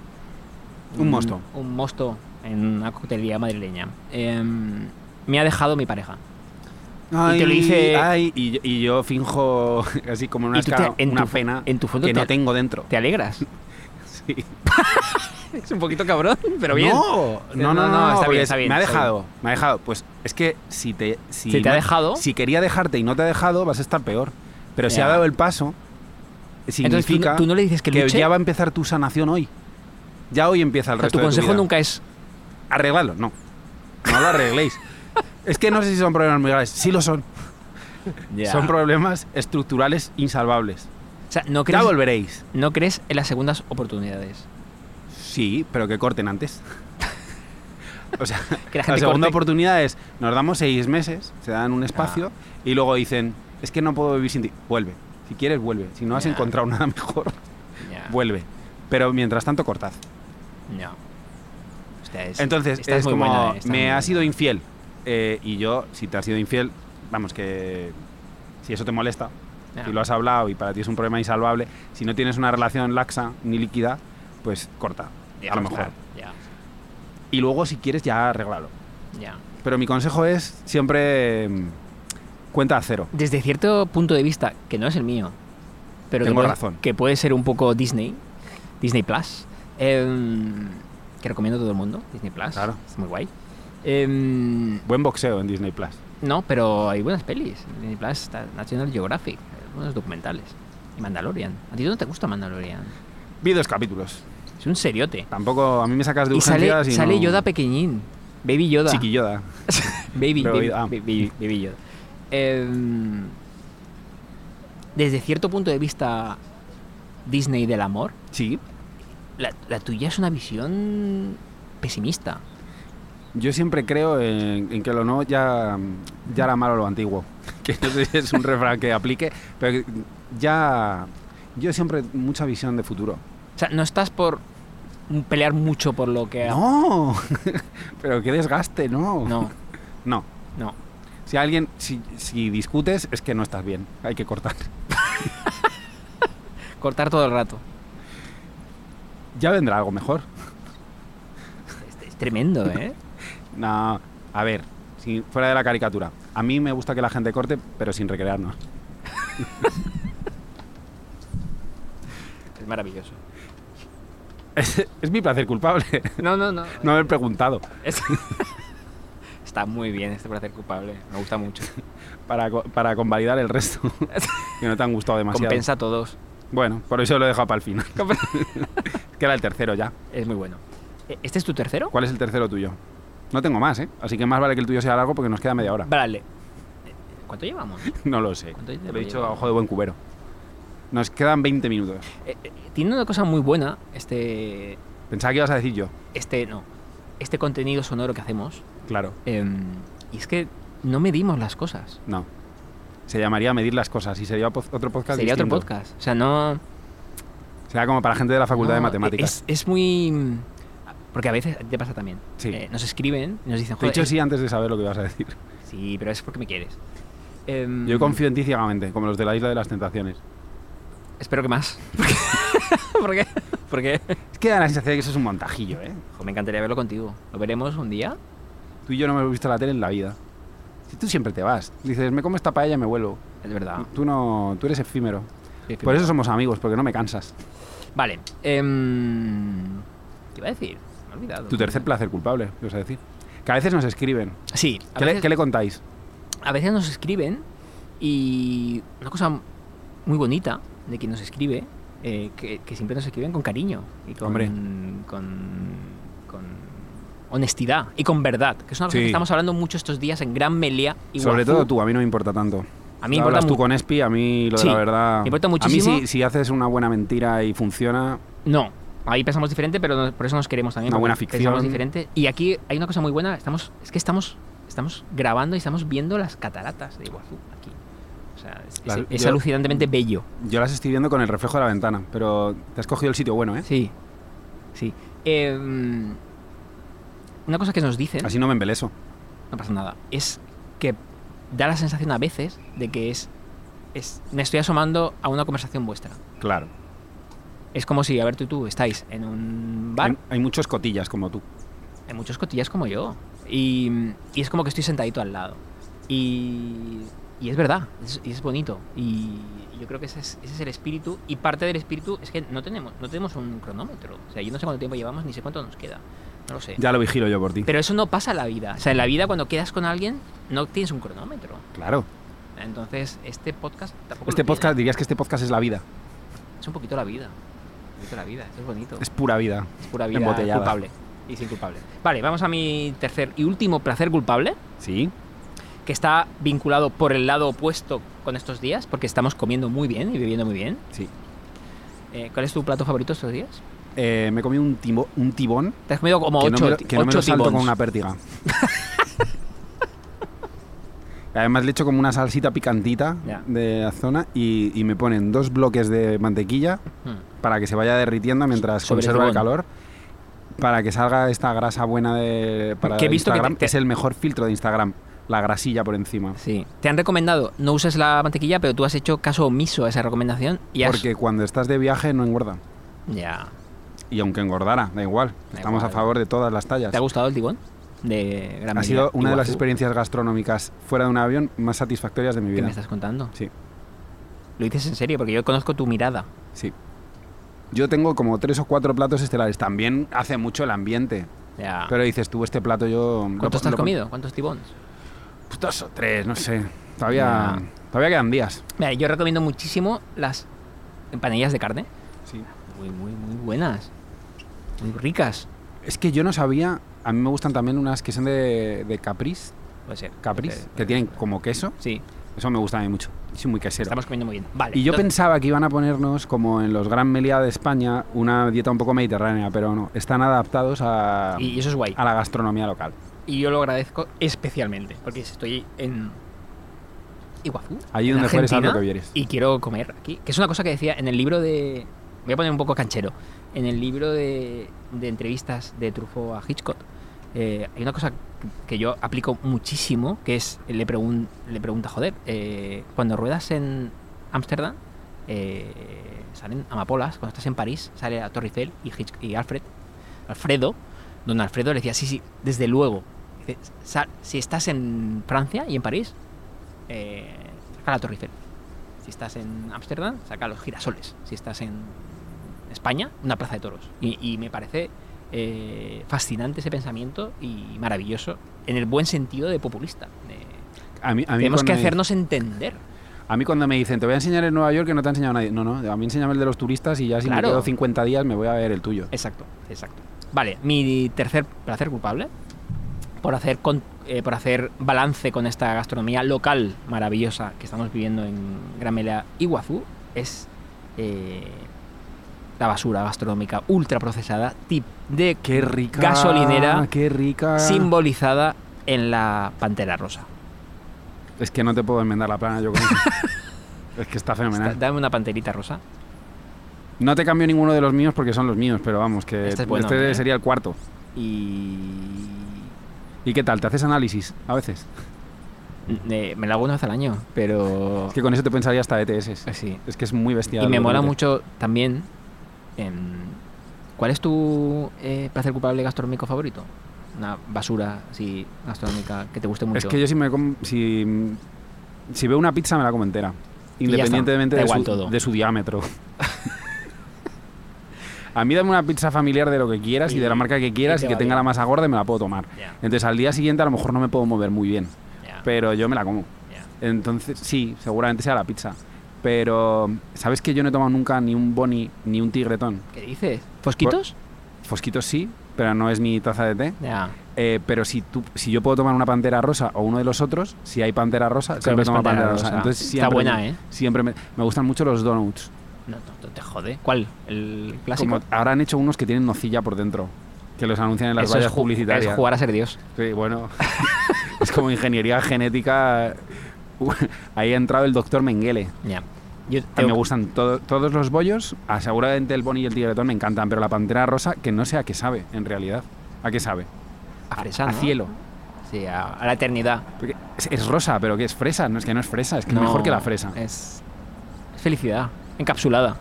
[SPEAKER 2] Un mosto.
[SPEAKER 1] Un mosto en una coctelería madrileña. Em, me ha dejado mi pareja. Y te lo hice-
[SPEAKER 2] ay, y, yo- y yo finjo así como una,
[SPEAKER 1] Y tú te-
[SPEAKER 2] escala-
[SPEAKER 1] en
[SPEAKER 2] una
[SPEAKER 1] tu fo-
[SPEAKER 2] pena
[SPEAKER 1] en tu fondo
[SPEAKER 2] que
[SPEAKER 1] te-
[SPEAKER 2] no tengo dentro.
[SPEAKER 1] ¿Te alegras?
[SPEAKER 2] Sí.
[SPEAKER 1] es un poquito cabrón, pero bien.
[SPEAKER 2] No, no, no, no,
[SPEAKER 1] no,
[SPEAKER 2] está
[SPEAKER 1] porque
[SPEAKER 2] bien,
[SPEAKER 1] está bien,
[SPEAKER 2] Me ha
[SPEAKER 1] está
[SPEAKER 2] dejado, me ha dejado. Pues es que si te, si
[SPEAKER 1] Si te ha
[SPEAKER 2] no-
[SPEAKER 1] dejado.
[SPEAKER 2] si quería dejarte y no te ha dejado, vas a estar peor. Pero si
[SPEAKER 1] Ya.
[SPEAKER 2] ha dado el paso,
[SPEAKER 1] entonces tú,
[SPEAKER 2] significa
[SPEAKER 1] tú no le dices que
[SPEAKER 2] que
[SPEAKER 1] luche.
[SPEAKER 2] ya va a empezar tu sanación hoy. Ya hoy empieza
[SPEAKER 1] o
[SPEAKER 2] el
[SPEAKER 1] sea, tu
[SPEAKER 2] resto de
[SPEAKER 1] consejo
[SPEAKER 2] vida.
[SPEAKER 1] nunca es.
[SPEAKER 2] Arreglalo, no. No lo arregléis. es que no sé si son problemas muy graves. Sí lo son. Son problemas estructurales insalvables.
[SPEAKER 1] O sea, no
[SPEAKER 2] Ya
[SPEAKER 1] crees,
[SPEAKER 2] volveréis.
[SPEAKER 1] no crees en las segundas oportunidades.
[SPEAKER 2] Sí, pero que corten antes. o sea,
[SPEAKER 1] Que la
[SPEAKER 2] La
[SPEAKER 1] gente corte-
[SPEAKER 2] segunda
[SPEAKER 1] Ah.
[SPEAKER 2] oportunidad es, nos damos seis meses, se dan un espacio y luego dicen, es que no puedo vivir sin ti. Vuelve. Si quieres, vuelve. Si no has
[SPEAKER 1] Ya.
[SPEAKER 2] encontrado nada mejor,
[SPEAKER 1] Ya,
[SPEAKER 2] vuelve. Pero mientras tanto, cortad.
[SPEAKER 1] no. Hostia, es-
[SPEAKER 2] Entonces,
[SPEAKER 1] estás
[SPEAKER 2] es
[SPEAKER 1] muy
[SPEAKER 2] como,
[SPEAKER 1] buena, estás muy
[SPEAKER 2] me has
[SPEAKER 1] buena.
[SPEAKER 2] sido infiel. Eh, y yo, si te has sido infiel, vamos, que si eso te molesta,
[SPEAKER 1] Ya.
[SPEAKER 2] si lo has hablado y para ti es un problema insalvable, si no tienes una relación laxa ni líquida, pues corta.
[SPEAKER 1] Ya,
[SPEAKER 2] a lo mejor.
[SPEAKER 1] claro, Ya,
[SPEAKER 2] Y luego, si quieres, ya arreglalo.
[SPEAKER 1] ya.
[SPEAKER 2] Pero mi consejo es siempre mm, cuenta a cero.
[SPEAKER 1] Desde cierto punto de vista, que no es el mío, pero
[SPEAKER 2] Tengo
[SPEAKER 1] que, puede,
[SPEAKER 2] razón.
[SPEAKER 1] que puede ser un poco Disney, Disney Plus, em, que recomiendo a todo el mundo, Disney Plus.
[SPEAKER 2] Claro.
[SPEAKER 1] Es muy guay. Em,
[SPEAKER 2] Buen boxeo en Disney Plus.
[SPEAKER 1] no, pero hay buenas pelis. Disney Plus está National Geographic, hay buenos documentales. Y Mandalorian. ¿A ti no te gusta Mandalorian?
[SPEAKER 2] Vi dos capítulos.
[SPEAKER 1] Es un seriote.
[SPEAKER 2] Tampoco a mí me sacas de
[SPEAKER 1] Y sale,
[SPEAKER 2] urgencias y
[SPEAKER 1] sale
[SPEAKER 2] no-
[SPEAKER 1] Yoda pequeñín. Baby Yoda.
[SPEAKER 2] Chiqui Yoda.
[SPEAKER 1] Baby,
[SPEAKER 2] Pero
[SPEAKER 1] baby,
[SPEAKER 2] Yoda. ah.
[SPEAKER 1] baby- baby Yoda. Em, desde cierto punto de vista Disney del amor,
[SPEAKER 2] Sí.
[SPEAKER 1] la, la tuya es una visión pesimista.
[SPEAKER 2] Yo siempre creo en, en que lo no ya, ya era malo lo antiguo. Que no sé si es un refrán que aplique, pero que ya. Yo siempre mucha visión de futuro.
[SPEAKER 1] O sea, no estás por pelear mucho por lo que...
[SPEAKER 2] ¡No! pero qué desgaste, ¿no?
[SPEAKER 1] Eh. no,
[SPEAKER 2] No.
[SPEAKER 1] no.
[SPEAKER 2] Si alguien. Si, si discutes, es que no estás bien. Hay que cortar.
[SPEAKER 1] Cortar todo el rato.
[SPEAKER 2] Ya vendrá algo mejor.
[SPEAKER 1] Es, es tremendo, ¿eh?
[SPEAKER 2] No, a ver, si fuera de la caricatura. A mí me gusta que la gente corte, pero sin recrearnos.
[SPEAKER 1] Es maravilloso.
[SPEAKER 2] Es, es mi placer culpable,
[SPEAKER 1] No, no, no.
[SPEAKER 2] no haber preguntado.
[SPEAKER 1] Es- está muy bien este placer culpable. Me gusta mucho.
[SPEAKER 2] Para, co- para convalidar el resto, que no te han gustado demasiado.
[SPEAKER 1] Compensa a todos.
[SPEAKER 2] Bueno, por eso lo he dejado para el final. que era el tercero ya.
[SPEAKER 1] Es muy bueno. Eh, ¿Este es tu tercero?
[SPEAKER 2] ¿Cuál es el tercero tuyo? No tengo más, ¿eh? Así que más vale que el tuyo sea largo porque nos queda media hora.
[SPEAKER 1] Vale. Eh, ¿Cuánto llevamos?
[SPEAKER 2] No lo sé.
[SPEAKER 1] ¿Cuánto
[SPEAKER 2] Te
[SPEAKER 1] tiempo
[SPEAKER 2] lo he dicho
[SPEAKER 1] lleva?
[SPEAKER 2] a ojo de buen cubero. Nos quedan 20 minutos.
[SPEAKER 1] Eh, eh, tiene una cosa muy buena este.
[SPEAKER 2] Pensaba que ibas a decir yo.
[SPEAKER 1] Este. No. Este contenido sonoro que hacemos.
[SPEAKER 2] Claro.
[SPEAKER 1] em, y es que no medimos las cosas.
[SPEAKER 2] No. Se llamaría Medir las Cosas y sería po- otro podcast
[SPEAKER 1] Sería otro
[SPEAKER 2] distinto.
[SPEAKER 1] podcast. O sea, no.
[SPEAKER 2] Será como para gente de la Facultad de
[SPEAKER 1] no,
[SPEAKER 2] Matemáticas.
[SPEAKER 1] Es, es muy. Porque a veces te pasa también.
[SPEAKER 2] Sí.
[SPEAKER 1] Eh, nos escriben y nos dicen,
[SPEAKER 2] Te he
[SPEAKER 1] joder.
[SPEAKER 2] dicho sí antes de saber lo que ibas a decir.
[SPEAKER 1] sí, pero es porque me quieres. Em,
[SPEAKER 2] Yo confío en ti ciegamente, como los de la Isla de las Tentaciones.
[SPEAKER 1] Espero que más. porque, porque,
[SPEAKER 2] Es que da la sensación de que eso es un montajillo, ¿eh?
[SPEAKER 1] jo, me encantaría verlo contigo. ¿Lo veremos un día?
[SPEAKER 2] Tú y yo no hemos visto la tele en la vida. Si tú siempre te vas. Dices, me como esta paella y me vuelvo.
[SPEAKER 1] Es verdad.
[SPEAKER 2] Tú no... Tú eres efímero.
[SPEAKER 1] Sí,
[SPEAKER 2] Por eso somos amigos, porque no me cansas.
[SPEAKER 1] Vale. em, ¿Qué iba a decir? Me he olvidado.
[SPEAKER 2] Tu tercer placer culpable, ibas a decir. Que a veces nos escriben.
[SPEAKER 1] Sí. a
[SPEAKER 2] ¿Qué, le,
[SPEAKER 1] veces-
[SPEAKER 2] qué le contáis?
[SPEAKER 1] a veces nos escriben y una cosa muy bonita de quien nos escribe, eh, que, que siempre nos escriben con cariño y con,
[SPEAKER 2] Hombre.
[SPEAKER 1] con, con honestidad y con verdad, que es una cosa
[SPEAKER 2] Sí.
[SPEAKER 1] que estamos hablando mucho estos días en Gran Melia y
[SPEAKER 2] Sobre
[SPEAKER 1] Guazú.
[SPEAKER 2] todo tú, a mí no me importa tanto.
[SPEAKER 1] A mí
[SPEAKER 2] Tú
[SPEAKER 1] me importa
[SPEAKER 2] hablas tú
[SPEAKER 1] mu-
[SPEAKER 2] con Espi, a mí lo de
[SPEAKER 1] Sí,
[SPEAKER 2] la verdad.
[SPEAKER 1] me importa muchísimo.
[SPEAKER 2] A mí, si, si haces una buena mentira y funciona,
[SPEAKER 1] No, ahí pensamos diferente, pero no- por eso nos queremos también.
[SPEAKER 2] Una
[SPEAKER 1] porque
[SPEAKER 2] buena ficción.
[SPEAKER 1] Pensamos diferente. Y aquí hay una cosa muy buena, estamos, es que estamos, estamos grabando y estamos viendo las cataratas de Iguazú aquí. O sea, es,
[SPEAKER 2] Las-
[SPEAKER 1] es- es
[SPEAKER 2] yo-
[SPEAKER 1] alucinantemente bello.
[SPEAKER 2] yo las estoy viendo con el reflejo de la ventana. Pero te has cogido el sitio bueno, ¿eh?
[SPEAKER 1] Sí, sí. Em, una cosa que nos dicen,
[SPEAKER 2] Así no me embeleso.
[SPEAKER 1] no pasa nada, es que da la sensación a veces de que es, es me estoy asomando a una conversación vuestra.
[SPEAKER 2] Claro.
[SPEAKER 1] Es como si, a ver, tú y tú estáis en un bar
[SPEAKER 2] Hay, hay muchos cotillas como tú.
[SPEAKER 1] Hay muchos cotillas como yo. Y, y es como que estoy sentadito al lado. Y, y es verdad, es, y es bonito. Y yo creo que ese es, ese es el espíritu. Y parte del espíritu es que no tenemos, no tenemos un cronómetro. O sea, yo no sé cuánto tiempo llevamos ni sé cuánto nos queda. No lo sé.
[SPEAKER 2] Ya lo vigilo yo por ti.
[SPEAKER 1] Eh. Pero eso no pasa en la vida. O sea, en la vida cuando quedas con alguien no tienes un cronómetro.
[SPEAKER 2] Claro.
[SPEAKER 1] Entonces, este podcast tampoco.
[SPEAKER 2] Este
[SPEAKER 1] lo tiene.
[SPEAKER 2] podcast, dirías que este podcast es la vida.
[SPEAKER 1] Es un poquito la vida. Un poquito la vida, eso es bonito.
[SPEAKER 2] Es pura vida.
[SPEAKER 1] Es pura vida
[SPEAKER 2] embotellada.
[SPEAKER 1] culpable. Y sin culpable. Vale, vamos a mi tercer y último placer culpable.
[SPEAKER 2] Sí.
[SPEAKER 1] que está vinculado por el lado opuesto con estos días, porque estamos comiendo muy bien y bebiendo muy bien.
[SPEAKER 2] Sí.
[SPEAKER 1] Eh, ¿Cuál es tu plato favorito estos días?
[SPEAKER 2] Eh, me comí un, timo- un tibón
[SPEAKER 1] Te has comido como
[SPEAKER 2] que
[SPEAKER 1] ocho,
[SPEAKER 2] no me lo,
[SPEAKER 1] ti-
[SPEAKER 2] que no me lo
[SPEAKER 1] ocho
[SPEAKER 2] salto con
[SPEAKER 1] tibons.
[SPEAKER 2] una pértiga. Además le echo como una salsita picantita
[SPEAKER 1] Ya.
[SPEAKER 2] de la zona y, y me ponen dos bloques de mantequilla
[SPEAKER 1] Mm,
[SPEAKER 2] para que se vaya derritiendo mientras
[SPEAKER 1] Sobre el
[SPEAKER 2] conserva el
[SPEAKER 1] tibón.
[SPEAKER 2] calor. Para que salga esta grasa buena de para
[SPEAKER 1] Que he visto que
[SPEAKER 2] Instagram.
[SPEAKER 1] te- te-
[SPEAKER 2] Es el mejor filtro de Instagram. La grasilla por encima.
[SPEAKER 1] Sí. Te han recomendado no uses la mantequilla, pero tú has hecho caso omiso a esa recomendación y has...
[SPEAKER 2] Porque cuando estás de viaje no engorda.
[SPEAKER 1] Ya.
[SPEAKER 2] Y aunque engordara, da igual.
[SPEAKER 1] Da
[SPEAKER 2] estamos
[SPEAKER 1] igual.
[SPEAKER 2] a favor de todas las tallas.
[SPEAKER 1] ¿Te ha gustado el tibón? De Gran
[SPEAKER 2] Ha
[SPEAKER 1] Mérida,
[SPEAKER 2] sido una de las
[SPEAKER 1] Iguazú?
[SPEAKER 2] experiencias gastronómicas fuera de un avión más satisfactorias de mi
[SPEAKER 1] ¿Qué me
[SPEAKER 2] vida.
[SPEAKER 1] estás contando?
[SPEAKER 2] Sí,
[SPEAKER 1] Lo dices en serio, porque yo conozco tu mirada.
[SPEAKER 2] sí. Yo tengo como tres o cuatro platos estelares. También hace mucho el ambiente.
[SPEAKER 1] Ya.
[SPEAKER 2] Pero dices tú, este plato yo... lo-
[SPEAKER 1] Ah. ¿Cuántos te has
[SPEAKER 2] lo-
[SPEAKER 1] comido? ¿Cuántos tibones?
[SPEAKER 2] Pues dos o tres, no sé. Todavía,
[SPEAKER 1] Ya.
[SPEAKER 2] todavía quedan días.
[SPEAKER 1] Mira, yo recomiendo muchísimo las empanillas de carne.
[SPEAKER 2] Sí.
[SPEAKER 1] Muy, muy, muy buenas. Muy ricas.
[SPEAKER 2] Es que yo no sabía... A mí me gustan también unas que son de, de Capriz.
[SPEAKER 1] Puede ser.
[SPEAKER 2] Capriz.
[SPEAKER 1] Puede ser,
[SPEAKER 2] que
[SPEAKER 1] puede
[SPEAKER 2] tienen
[SPEAKER 1] ser.
[SPEAKER 2] como queso.
[SPEAKER 1] Sí,
[SPEAKER 2] Eso me gusta a mí mucho. Soy muy quesero.
[SPEAKER 1] estamos comiendo muy bien. Vale.
[SPEAKER 2] Y yo
[SPEAKER 1] entonces-
[SPEAKER 2] pensaba que iban a ponernos, como en los Gran Melia de España, una dieta un poco mediterránea, pero no. Están adaptados a,
[SPEAKER 1] Y eso es guay.
[SPEAKER 2] a la gastronomía local.
[SPEAKER 1] Y yo lo agradezco especialmente, porque estoy en Iguazú.
[SPEAKER 2] Ahí
[SPEAKER 1] en
[SPEAKER 2] donde fueres, haz lo
[SPEAKER 1] Argentina,
[SPEAKER 2] que vieres.
[SPEAKER 1] Y quiero comer aquí. Que es una cosa que decía en el libro de... Voy a poner un poco canchero. En el libro de, de entrevistas de Truffaut a Hitchcock, eh, hay una cosa que yo aplico muchísimo, que es, le, pregun- le pregunta, joder, eh, cuando ruedas en Ámsterdam, eh, salen amapolas, cuando estás en París, sale a Torre Eiffel y, Hitch- y Alfred, Alfredo, don Alfredo le decía, sí, sí, desde luego, Dice, "Sa- si estás en Francia y en París, eh, saca la Torre Eiffel. Si estás en Ámsterdam, saca los girasoles. Si estás en España, una plaza de toros. Y, y me parece eh, fascinante ese pensamiento y maravilloso en el buen sentido de populista. de-
[SPEAKER 2] A mí, a mí
[SPEAKER 1] tenemos
[SPEAKER 2] cuando
[SPEAKER 1] que
[SPEAKER 2] me-
[SPEAKER 1] hacernos entender.
[SPEAKER 2] A mí cuando me dicen, te voy a enseñar en Nueva York que no te ha enseñado nadie. No, no, a mí enséñame el de los turistas y ya si
[SPEAKER 1] Claro.
[SPEAKER 2] me quedo 50 días me voy a ver el tuyo.
[SPEAKER 1] Exacto, exacto. Vale, mi tercer placer culpable por hacer, con- eh, por hacer balance con esta gastronomía local maravillosa que estamos viviendo en Gran Melia Iguazú es eh, la basura gastronómica ultra procesada tip de
[SPEAKER 2] Qué rica.
[SPEAKER 1] gasolinera
[SPEAKER 2] Qué rica.
[SPEAKER 1] simbolizada en la Pantera Rosa.
[SPEAKER 2] Es que no te puedo enmendar la plana yo con eso. es que está fenomenal.
[SPEAKER 1] Está- dame una panterita rosa.
[SPEAKER 2] No te cambio ninguno de los míos porque son los míos, pero vamos, que
[SPEAKER 1] Este
[SPEAKER 2] este,
[SPEAKER 1] es bueno, ¿eh?
[SPEAKER 2] sería el cuarto.
[SPEAKER 1] Y
[SPEAKER 2] ¿Y qué tal? ¿Te haces análisis a veces?
[SPEAKER 1] eh, me la hago una vez al año, pero...
[SPEAKER 2] Es que con eso te pensaría hasta ETS.
[SPEAKER 1] eh, sí.
[SPEAKER 2] Es que es muy bestial.
[SPEAKER 1] Y me
[SPEAKER 2] lo E que
[SPEAKER 1] mola
[SPEAKER 2] dices.
[SPEAKER 1] mucho también. em, ¿Cuál es tu eh, placer culpable gastronómico favorito? Una basura así gastronómica que te guste mucho.
[SPEAKER 2] Es que yo si me com- si, si veo una pizza me la como entera.
[SPEAKER 1] Y ya está,
[SPEAKER 2] Independientemente
[SPEAKER 1] da
[SPEAKER 2] de,
[SPEAKER 1] igual
[SPEAKER 2] su,
[SPEAKER 1] todo.
[SPEAKER 2] de su diámetro. A mí dame una pizza familiar de lo que quieras y,
[SPEAKER 1] Y-
[SPEAKER 2] de la marca que
[SPEAKER 1] y
[SPEAKER 2] quieras
[SPEAKER 1] te
[SPEAKER 2] y que
[SPEAKER 1] va
[SPEAKER 2] tenga
[SPEAKER 1] bien.
[SPEAKER 2] la masa gorda y me la puedo tomar.
[SPEAKER 1] Ya,
[SPEAKER 2] Entonces al día siguiente a lo mejor no me puedo mover muy bien.
[SPEAKER 1] ya.
[SPEAKER 2] pero yo me la como. Entonces, sí, seguramente sea la pizza. Pero, ¿sabes que yo no he tomado nunca ni un boni ni un tigretón?
[SPEAKER 1] ¿Qué dices? ¿Fosquitos?
[SPEAKER 2] Fosquitos sí, pero no es mi taza de té.
[SPEAKER 1] Ya.
[SPEAKER 2] Eh, pero si, tú, si yo puedo tomar una pantera rosa o uno de los otros, si hay pantera rosa,
[SPEAKER 1] Creo que
[SPEAKER 2] siempre
[SPEAKER 1] es
[SPEAKER 2] tomo pantera,
[SPEAKER 1] Pantera
[SPEAKER 2] rosa.
[SPEAKER 1] Rosa.
[SPEAKER 2] Entonces,
[SPEAKER 1] Está
[SPEAKER 2] siempre
[SPEAKER 1] buena,
[SPEAKER 2] me-
[SPEAKER 1] ¿eh?
[SPEAKER 2] Siempre me, me gustan mucho los donuts.
[SPEAKER 1] No, no, no te jode. ¿Cuál? ¿El clásico?
[SPEAKER 2] Como ahora han hecho unos que tienen nocilla por dentro, que los anuncian en las
[SPEAKER 1] Eso es,
[SPEAKER 2] vallas
[SPEAKER 1] ju-
[SPEAKER 2] publicitarias.
[SPEAKER 1] es jugar a ser Dios.
[SPEAKER 2] Sí, bueno. es como ingeniería genética. Ahí ha entrado el doctor Mengele.
[SPEAKER 1] Ya. Yo
[SPEAKER 2] A mí
[SPEAKER 1] tengo-
[SPEAKER 2] me gustan todo- todos los bollos. Ah, Seguramente el boni y el tigretón me encantan, pero la pantera rosa, que no sé a qué sabe, en realidad. ¿A qué sabe?
[SPEAKER 1] a fresa,
[SPEAKER 2] A
[SPEAKER 1] Ah, ¿no?
[SPEAKER 2] cielo.
[SPEAKER 1] Sí, a, a la eternidad.
[SPEAKER 2] Porque es, es rosa, pero que es fresa. No es que no es fresa, es que
[SPEAKER 1] No, eh.
[SPEAKER 2] es mejor que la fresa.
[SPEAKER 1] Es, es felicidad, encapsulada.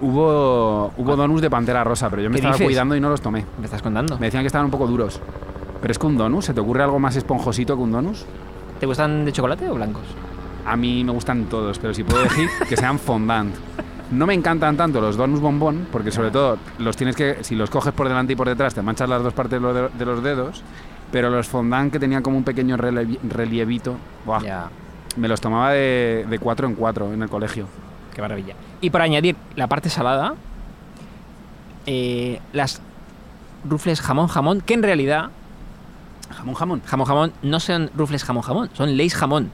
[SPEAKER 2] Hubo, hubo
[SPEAKER 1] Ah.
[SPEAKER 2] donuts de pantera rosa, pero yo me
[SPEAKER 1] ¿Qué
[SPEAKER 2] estaba
[SPEAKER 1] dices?
[SPEAKER 2] cuidando y no los tomé.
[SPEAKER 1] ¿Me estás contando?
[SPEAKER 2] Me decían que estaban un poco duros. Pero es que un donut, ¿se te ocurre algo más esponjosito que un donut?
[SPEAKER 1] ¿Te gustan de chocolate o blancos?
[SPEAKER 2] A mí me gustan todos, pero si puedo decir que sean fondant. No me encantan tanto los donuts bombón, porque sobre todo los tienes que, si los coges por delante y por detrás, te manchas las dos partes de lo- de los dedos. Pero los fondant que tenían como un pequeño relevi- relievito, ¡buah!
[SPEAKER 1] Ya,
[SPEAKER 2] me los tomaba de, de cuatro en cuatro en el colegio.
[SPEAKER 1] qué maravilla. Y para añadir la parte salada, eh, las rufles jamón jamón, que en realidad
[SPEAKER 2] Jamón, jamón.
[SPEAKER 1] jamón jamón no son rufles jamón jamón, son leis jamón.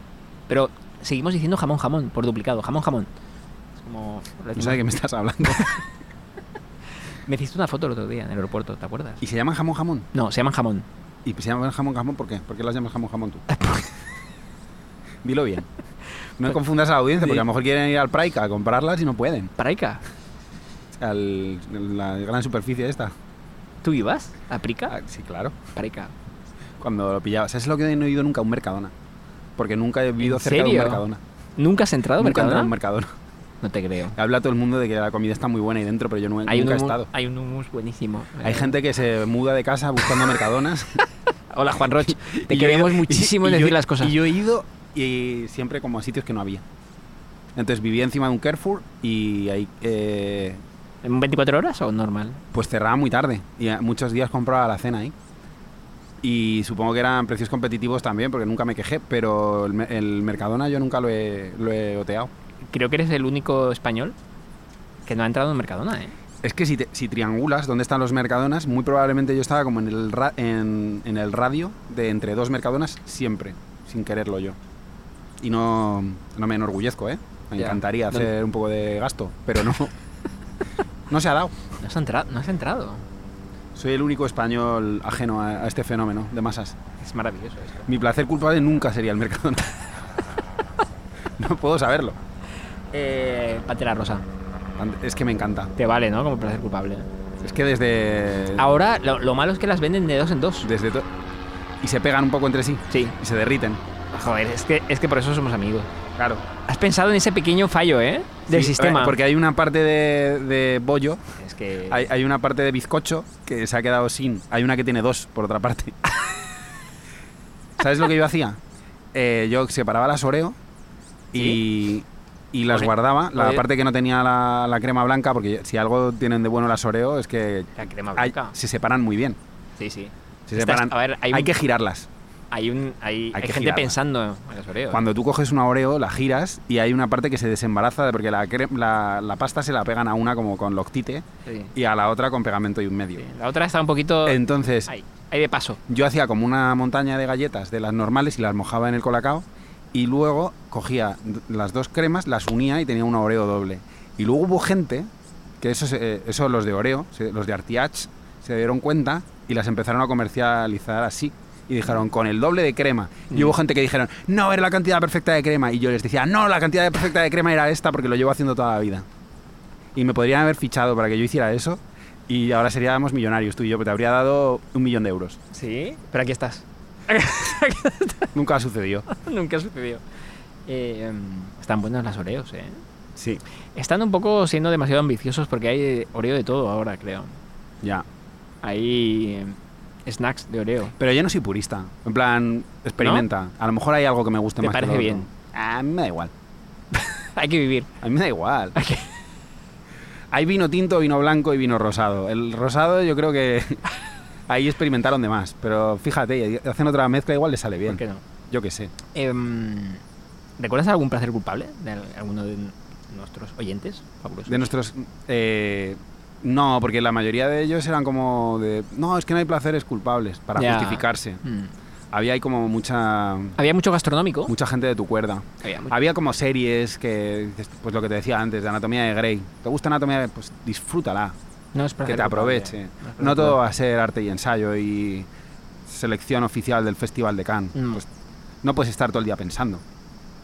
[SPEAKER 1] Pero seguimos diciendo jamón jamón por duplicado, jamón jamón. Es como...
[SPEAKER 2] No sé de qué me estás hablando.
[SPEAKER 1] Me hiciste una foto el otro día en el aeropuerto, ¿te acuerdas?
[SPEAKER 2] ¿Y se llaman jamón, jamón?
[SPEAKER 1] No, se llaman jamón.
[SPEAKER 2] ¿Y se llaman jamón, jamón por qué? ¿Por qué las llamas jamón, jamón tú? Dilo bien. No confundas a la audiencia, porque a lo mejor quieren ir al Praica a comprarlas y no pueden.
[SPEAKER 1] Paraica,
[SPEAKER 2] al, la gran superficie esta.
[SPEAKER 1] ¿tú ibas? ¿A Prica?
[SPEAKER 2] Ah, sí, claro.
[SPEAKER 1] Paraica.
[SPEAKER 2] Cuando lo pillabas. Es lo que no he ido nunca a un Mercadona. Porque nunca he vivido
[SPEAKER 1] ¿En
[SPEAKER 2] cerca de
[SPEAKER 1] serio?
[SPEAKER 2] un Mercadona.
[SPEAKER 1] ¿Nunca has entrado,
[SPEAKER 2] nunca he entrado
[SPEAKER 1] Mercadona?
[SPEAKER 2] a un Mercadona.
[SPEAKER 1] No te creo.
[SPEAKER 2] Habla todo el mundo de que la comida está muy buena ahí dentro, pero yo nu-
[SPEAKER 1] Hay un,
[SPEAKER 2] nunca he
[SPEAKER 1] humus,
[SPEAKER 2] estado.
[SPEAKER 1] hay un humus buenísimo.
[SPEAKER 2] Hay gente que se muda de casa buscando Mercadonas.
[SPEAKER 1] Hola, Juan Roch. Te
[SPEAKER 2] Y yo he ido-
[SPEAKER 1] queremos muchísimo
[SPEAKER 2] y- y
[SPEAKER 1] en
[SPEAKER 2] yo-
[SPEAKER 1] decir las cosas.
[SPEAKER 2] Y yo he ido y siempre como a sitios que no había. Entonces vivía encima de un Carrefour y ahí eh,
[SPEAKER 1] ¿En 24 horas o normal?
[SPEAKER 2] Pues cerraba muy tarde y a- muchos días compraba la cena ahí. Y supongo que eran precios competitivos también, porque nunca me quejé, pero el, me- el Mercadona yo nunca lo he, lo he oteado.
[SPEAKER 1] Creo que eres el único español que no ha entrado en Mercadona, ¿eh?
[SPEAKER 2] Es que si, te- si triangulas dónde están los Mercadonas, muy probablemente yo estaba como en el, ra- en, en el radio de entre dos Mercadonas siempre, sin quererlo yo. Y no, no me enorgullezco, ¿eh? Me
[SPEAKER 1] Ya.
[SPEAKER 2] encantaría
[SPEAKER 1] ¿Dónde?
[SPEAKER 2] hacer un poco de gasto, pero no. no se ha dado.
[SPEAKER 1] No has, entra- no has entrado.
[SPEAKER 2] Soy el único español ajeno a- a este fenómeno de masas.
[SPEAKER 1] Es maravilloso esto.
[SPEAKER 2] Mi placer culpable nunca sería el Mercadona. no puedo saberlo.
[SPEAKER 1] Eh, Pantera Rosa.
[SPEAKER 2] Es que me encanta.
[SPEAKER 1] Te vale, ¿no? Como placer culpable.
[SPEAKER 2] Es que desde.
[SPEAKER 1] Ahora, lo, lo malo es que las venden de dos en dos.
[SPEAKER 2] Desde to- y se pegan un poco entre sí.
[SPEAKER 1] Sí.
[SPEAKER 2] Y se derriten.
[SPEAKER 1] Joder, es que, es que por eso somos amigos.
[SPEAKER 2] Claro.
[SPEAKER 1] Has pensado en ese pequeño fallo, ¿eh? Del
[SPEAKER 2] Sí,
[SPEAKER 1] sistema.
[SPEAKER 2] eh, Porque hay una parte de, de bollo,
[SPEAKER 1] Es que...
[SPEAKER 2] hay, hay una parte de bizcocho que se ha quedado sin. Hay una que tiene dos, por otra parte. ¿Sabes lo que yo hacía? Eh, yo separaba las Oreo y, y las
[SPEAKER 1] Oye,
[SPEAKER 2] guardaba. La
[SPEAKER 1] oye.
[SPEAKER 2] parte que no tenía la, la crema blanca, porque si algo tienen de bueno las Oreo es que
[SPEAKER 1] La crema
[SPEAKER 2] Ay,
[SPEAKER 1] blanca.
[SPEAKER 2] se separan muy bien.
[SPEAKER 1] Sí, sí.
[SPEAKER 2] Se
[SPEAKER 1] Estás-
[SPEAKER 2] separan.
[SPEAKER 1] a ver, hay,
[SPEAKER 2] hay
[SPEAKER 1] un-
[SPEAKER 2] que girarlas.
[SPEAKER 1] hay, un, hay,
[SPEAKER 2] Hay
[SPEAKER 1] hay
[SPEAKER 2] que
[SPEAKER 1] gente
[SPEAKER 2] girarla.
[SPEAKER 1] pensando en los Oreos.
[SPEAKER 2] Cuando tú coges una Oreo, la giras y hay una parte que se desembaraza porque la, cre- la, la pasta se la pegan a una como con loctite
[SPEAKER 1] Sí,
[SPEAKER 2] y a la otra con pegamento y un medio.
[SPEAKER 1] sí. La otra está un poquito...
[SPEAKER 2] Entonces,
[SPEAKER 1] Ahí, ahí de paso.
[SPEAKER 2] yo hacía como una montaña de galletas de las normales y las mojaba en el colacao y luego cogía d- las dos cremas, las unía y tenía un Oreo doble. Y luego hubo gente, que eso, se- eh, eso los de Oreo, se- los de Artiach, se dieron cuenta y las empezaron a comercializar así. Y dijeron, con el doble de crema. Y hubo gente que dijeron, no, era la cantidad perfecta de crema. Y yo les decía, no, la cantidad perfecta de crema era esta porque lo llevo haciendo toda la vida. Y me podrían haber fichado para que yo hiciera eso. Y ahora seríamos millonarios tú y yo, pero te habría dado un millón de euros.
[SPEAKER 1] Sí, pero aquí estás.
[SPEAKER 2] Nunca sucedió.
[SPEAKER 1] Nunca sucedió. Eh, em, están buenas las Oreos, ¿eh?
[SPEAKER 2] Sí.
[SPEAKER 1] Están un poco siendo demasiado ambiciosos porque hay eh, Oreo de todo ahora, creo.
[SPEAKER 2] Ya.
[SPEAKER 1] Hay em, snacks de Oreo.
[SPEAKER 2] Pero yo no soy purista. En plan, experimenta. A lo mejor hay algo que me guste
[SPEAKER 1] ¿Te
[SPEAKER 2] más. que
[SPEAKER 1] parece
[SPEAKER 2] lo otro.
[SPEAKER 1] bien?
[SPEAKER 2] A mí me da igual.
[SPEAKER 1] hay que vivir.
[SPEAKER 2] A mí me da igual.
[SPEAKER 1] Hay que-
[SPEAKER 2] Hay vino tinto, vino blanco y vino rosado. El rosado yo creo que ahí experimentaron de más. Pero fíjate, y hacen otra mezcla igual les sale bien.
[SPEAKER 1] ¿Por qué no?
[SPEAKER 2] Yo qué sé.
[SPEAKER 1] Em, ¿Recuerdas algún placer culpable de al- alguno de n- nuestros oyentes? Fabuloso.
[SPEAKER 2] De nuestros. eh, no, porque la mayoría de ellos eran como de. No, es que no hay placeres culpables para
[SPEAKER 1] Ya.
[SPEAKER 2] justificarse.
[SPEAKER 1] Mm.
[SPEAKER 2] Había ahí como mucha.
[SPEAKER 1] Había mucho gastronómico.
[SPEAKER 2] Mucha gente de tu cuerda.
[SPEAKER 1] Había mucho.
[SPEAKER 2] Pues Había como series que. Pues lo que te decía antes, de Anatomía de Grey. ¿Te gusta Anatomía de Grey? Pues disfrútala.
[SPEAKER 1] No es placer
[SPEAKER 2] Ah, que te
[SPEAKER 1] culpable.
[SPEAKER 2] aproveche.
[SPEAKER 1] No es placer
[SPEAKER 2] No todo
[SPEAKER 1] culpable.
[SPEAKER 2] va a ser arte y ensayo y selección oficial del Festival de Cannes.
[SPEAKER 1] Mm.
[SPEAKER 2] Pues no puedes estar todo el día pensando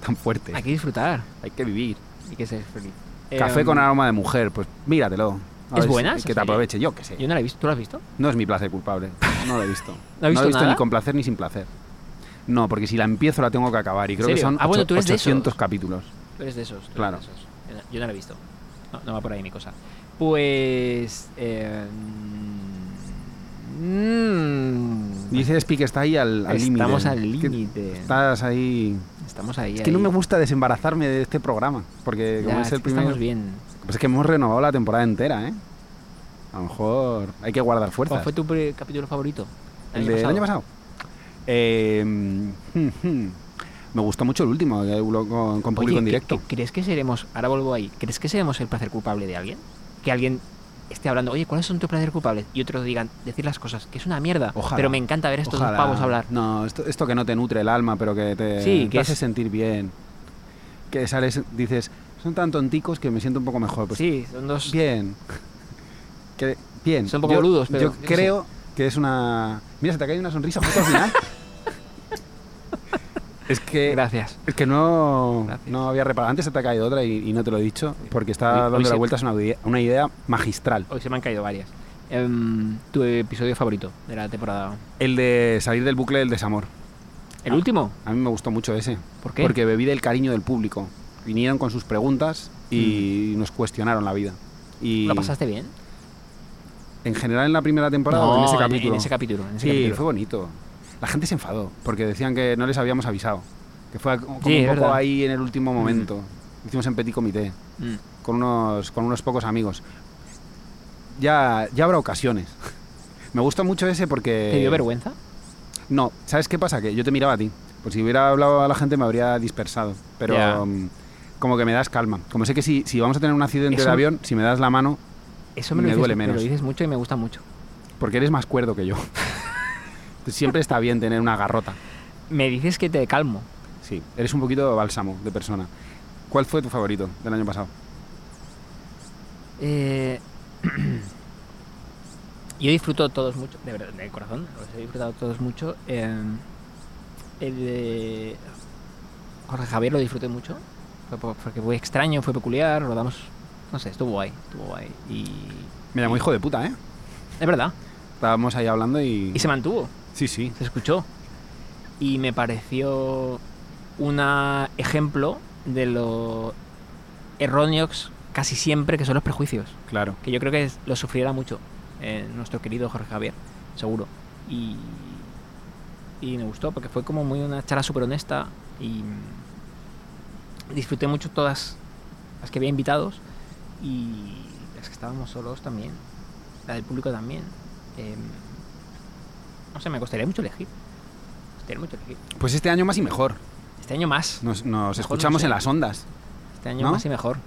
[SPEAKER 2] tan fuerte.
[SPEAKER 1] Hay que disfrutar
[SPEAKER 2] Hay que vivir.
[SPEAKER 1] y que ser feliz.
[SPEAKER 2] Café
[SPEAKER 1] Em,
[SPEAKER 2] con aroma de mujer, pues míratelo.
[SPEAKER 1] ¿Es
[SPEAKER 2] A ver si-
[SPEAKER 1] buena esa
[SPEAKER 2] Que te
[SPEAKER 1] serie?
[SPEAKER 2] aproveche, yo que sé.
[SPEAKER 1] Yo no la he visto. ¿Tú la has visto?
[SPEAKER 2] No es mi placer culpable. No lo he visto.
[SPEAKER 1] ¿No has visto
[SPEAKER 2] he visto
[SPEAKER 1] nada?
[SPEAKER 2] ni con placer ni sin placer. No, porque si la empiezo la tengo que acabar y creo que
[SPEAKER 1] serio?
[SPEAKER 2] son
[SPEAKER 1] Ah, bueno,
[SPEAKER 2] ocho-
[SPEAKER 1] tú eres de
[SPEAKER 2] 800
[SPEAKER 1] esos.
[SPEAKER 2] capítulos.
[SPEAKER 1] Tú eres de esos. tú eres
[SPEAKER 2] Claro.
[SPEAKER 1] de esos. Yo no- Yo no la he visto. No, no va por ahí mi cosa. Pues. eh, mm,
[SPEAKER 2] Dice Speak está ahí al al límite.
[SPEAKER 1] Estamos al
[SPEAKER 2] Que
[SPEAKER 1] límite.
[SPEAKER 2] Estás ahí.
[SPEAKER 1] Estamos ahí.
[SPEAKER 2] Es que no me gusta desembarazarme de este programa, porque como es el primer
[SPEAKER 1] Estamos bien.
[SPEAKER 2] Pues es que hemos renovado la temporada entera, ¿eh? A lo mejor hay que guardar
[SPEAKER 1] ¿Cuál
[SPEAKER 2] fuerzas.
[SPEAKER 1] fue tu pre- capítulo favorito?
[SPEAKER 2] ¿El del año pasado? Eh, mm, mm, me gustó mucho el último, el uno con, con
[SPEAKER 1] Oye,
[SPEAKER 2] público en
[SPEAKER 1] ¿qué-
[SPEAKER 2] directo.
[SPEAKER 1] qué- ¿Crees que seremos, ahora vuelvo ahí, ¿crees que seremos el placer culpable de alguien? Que alguien esté hablando, oye, ¿cuáles son tus placeres culpables? Y otros digan, decir las cosas, que es una mierda,
[SPEAKER 2] Ojalá.
[SPEAKER 1] pero me encanta ver a estos dos
[SPEAKER 2] Ojalá.
[SPEAKER 1] pavos hablar.
[SPEAKER 2] No, esto, esto que no te nutre el alma, pero que te,
[SPEAKER 1] Sí,
[SPEAKER 2] te
[SPEAKER 1] que
[SPEAKER 2] hace
[SPEAKER 1] es-
[SPEAKER 2] sentir bien. Que sales, dices, son tan tonticos que me siento un poco mejor. Pues
[SPEAKER 1] sí, son dos...
[SPEAKER 2] bien. Que, bien.
[SPEAKER 1] Son un poco
[SPEAKER 2] Yo-
[SPEAKER 1] boludos, pero
[SPEAKER 2] Yo,
[SPEAKER 1] yo qué sé.
[SPEAKER 2] creo que es una. Mira, se te ha caído una sonrisa justo al final. es que.
[SPEAKER 1] Gracias.
[SPEAKER 2] Es que no,
[SPEAKER 1] Gracias.
[SPEAKER 2] no había reparado. Antes se te ha caído otra y, y no te lo he dicho,
[SPEAKER 1] Hoy-
[SPEAKER 2] porque
[SPEAKER 1] hoy
[SPEAKER 2] está dando
[SPEAKER 1] se-
[SPEAKER 2] la vuelta una, idea- una idea magistral.
[SPEAKER 1] Hoy se me han caído varias. Em, tu episodio favorito de la temporada.
[SPEAKER 2] El de salir del bucle del desamor.
[SPEAKER 1] ¿El último?
[SPEAKER 2] A mí me gustó mucho ese.
[SPEAKER 1] ¿Por qué?
[SPEAKER 2] Porque bebí del cariño del público. Vinieron con sus preguntas y nos cuestionaron la vida. Y
[SPEAKER 1] Mm. ¿Lo pasaste bien?
[SPEAKER 2] en general en la primera temporada o en
[SPEAKER 1] No,
[SPEAKER 2] ese capítulo.
[SPEAKER 1] En ese capítulo. en ese
[SPEAKER 2] sí,
[SPEAKER 1] capítulo.
[SPEAKER 2] fue bonito. La gente se enfadó porque decían que no les habíamos avisado. Que fue como
[SPEAKER 1] Sí,
[SPEAKER 2] un
[SPEAKER 1] es
[SPEAKER 2] poco
[SPEAKER 1] verdad.
[SPEAKER 2] ahí en el último momento. Hicimos en petit comité.
[SPEAKER 1] Mm.
[SPEAKER 2] con unos, con unos pocos amigos. Ya, ya habrá ocasiones. Me gusta mucho ese porque...
[SPEAKER 1] ¿Te dio vergüenza?
[SPEAKER 2] No, ¿sabes qué pasa? Que yo te miraba a ti. Pues si hubiera hablado a la gente me habría dispersado. Pero
[SPEAKER 1] Ya.
[SPEAKER 2] mm, como que me das calma. Como sé que si, si vamos a tener un accidente
[SPEAKER 1] Eso-
[SPEAKER 2] de avión, si me das la mano,
[SPEAKER 1] Eso me, lo
[SPEAKER 2] Me
[SPEAKER 1] dices,
[SPEAKER 2] duele
[SPEAKER 1] me lo
[SPEAKER 2] menos.
[SPEAKER 1] dices mucho y me gusta mucho.
[SPEAKER 2] porque eres más cuerdo que yo. Siempre está bien tener una garrota.
[SPEAKER 1] Me dices que te calmo.
[SPEAKER 2] Sí, eres un poquito bálsamo de persona. ¿Cuál fue tu favorito del año pasado?
[SPEAKER 1] Eh, yo disfruto todos mucho, de verdad, de corazón, los he disfrutado todos mucho. Eh, el de Jorge Javier lo disfruté mucho, fue po- porque fue extraño, fue peculiar, rodamos, no sé, estuvo guay, estuvo guay. Y
[SPEAKER 2] Me llamó hijo de puta, ¿eh?
[SPEAKER 1] es verdad,
[SPEAKER 2] Estábamos ahí hablando y...
[SPEAKER 1] y se mantuvo,
[SPEAKER 2] Sí, sí.
[SPEAKER 1] se escuchó. Y me pareció un ejemplo de lo erróneos casi siempre que son los prejuicios.
[SPEAKER 2] Claro.
[SPEAKER 1] que yo creo que es- lo sufrirá mucho eh, nuestro querido Jorge Javier, seguro. Y, y me gustó porque fue como muy una charla súper honesta y mm, disfruté mucho todas las que había invitados y las que estábamos solos también, la del público también. Em, no sé, me costaría mucho elegir. Me costaría mucho elegir.
[SPEAKER 2] Pues este año más y mejor.
[SPEAKER 1] Este año más,
[SPEAKER 2] Nos, nos
[SPEAKER 1] no
[SPEAKER 2] escuchamos
[SPEAKER 1] sé.
[SPEAKER 2] en las ondas.
[SPEAKER 1] este año
[SPEAKER 2] ¿no?
[SPEAKER 1] más y mejor.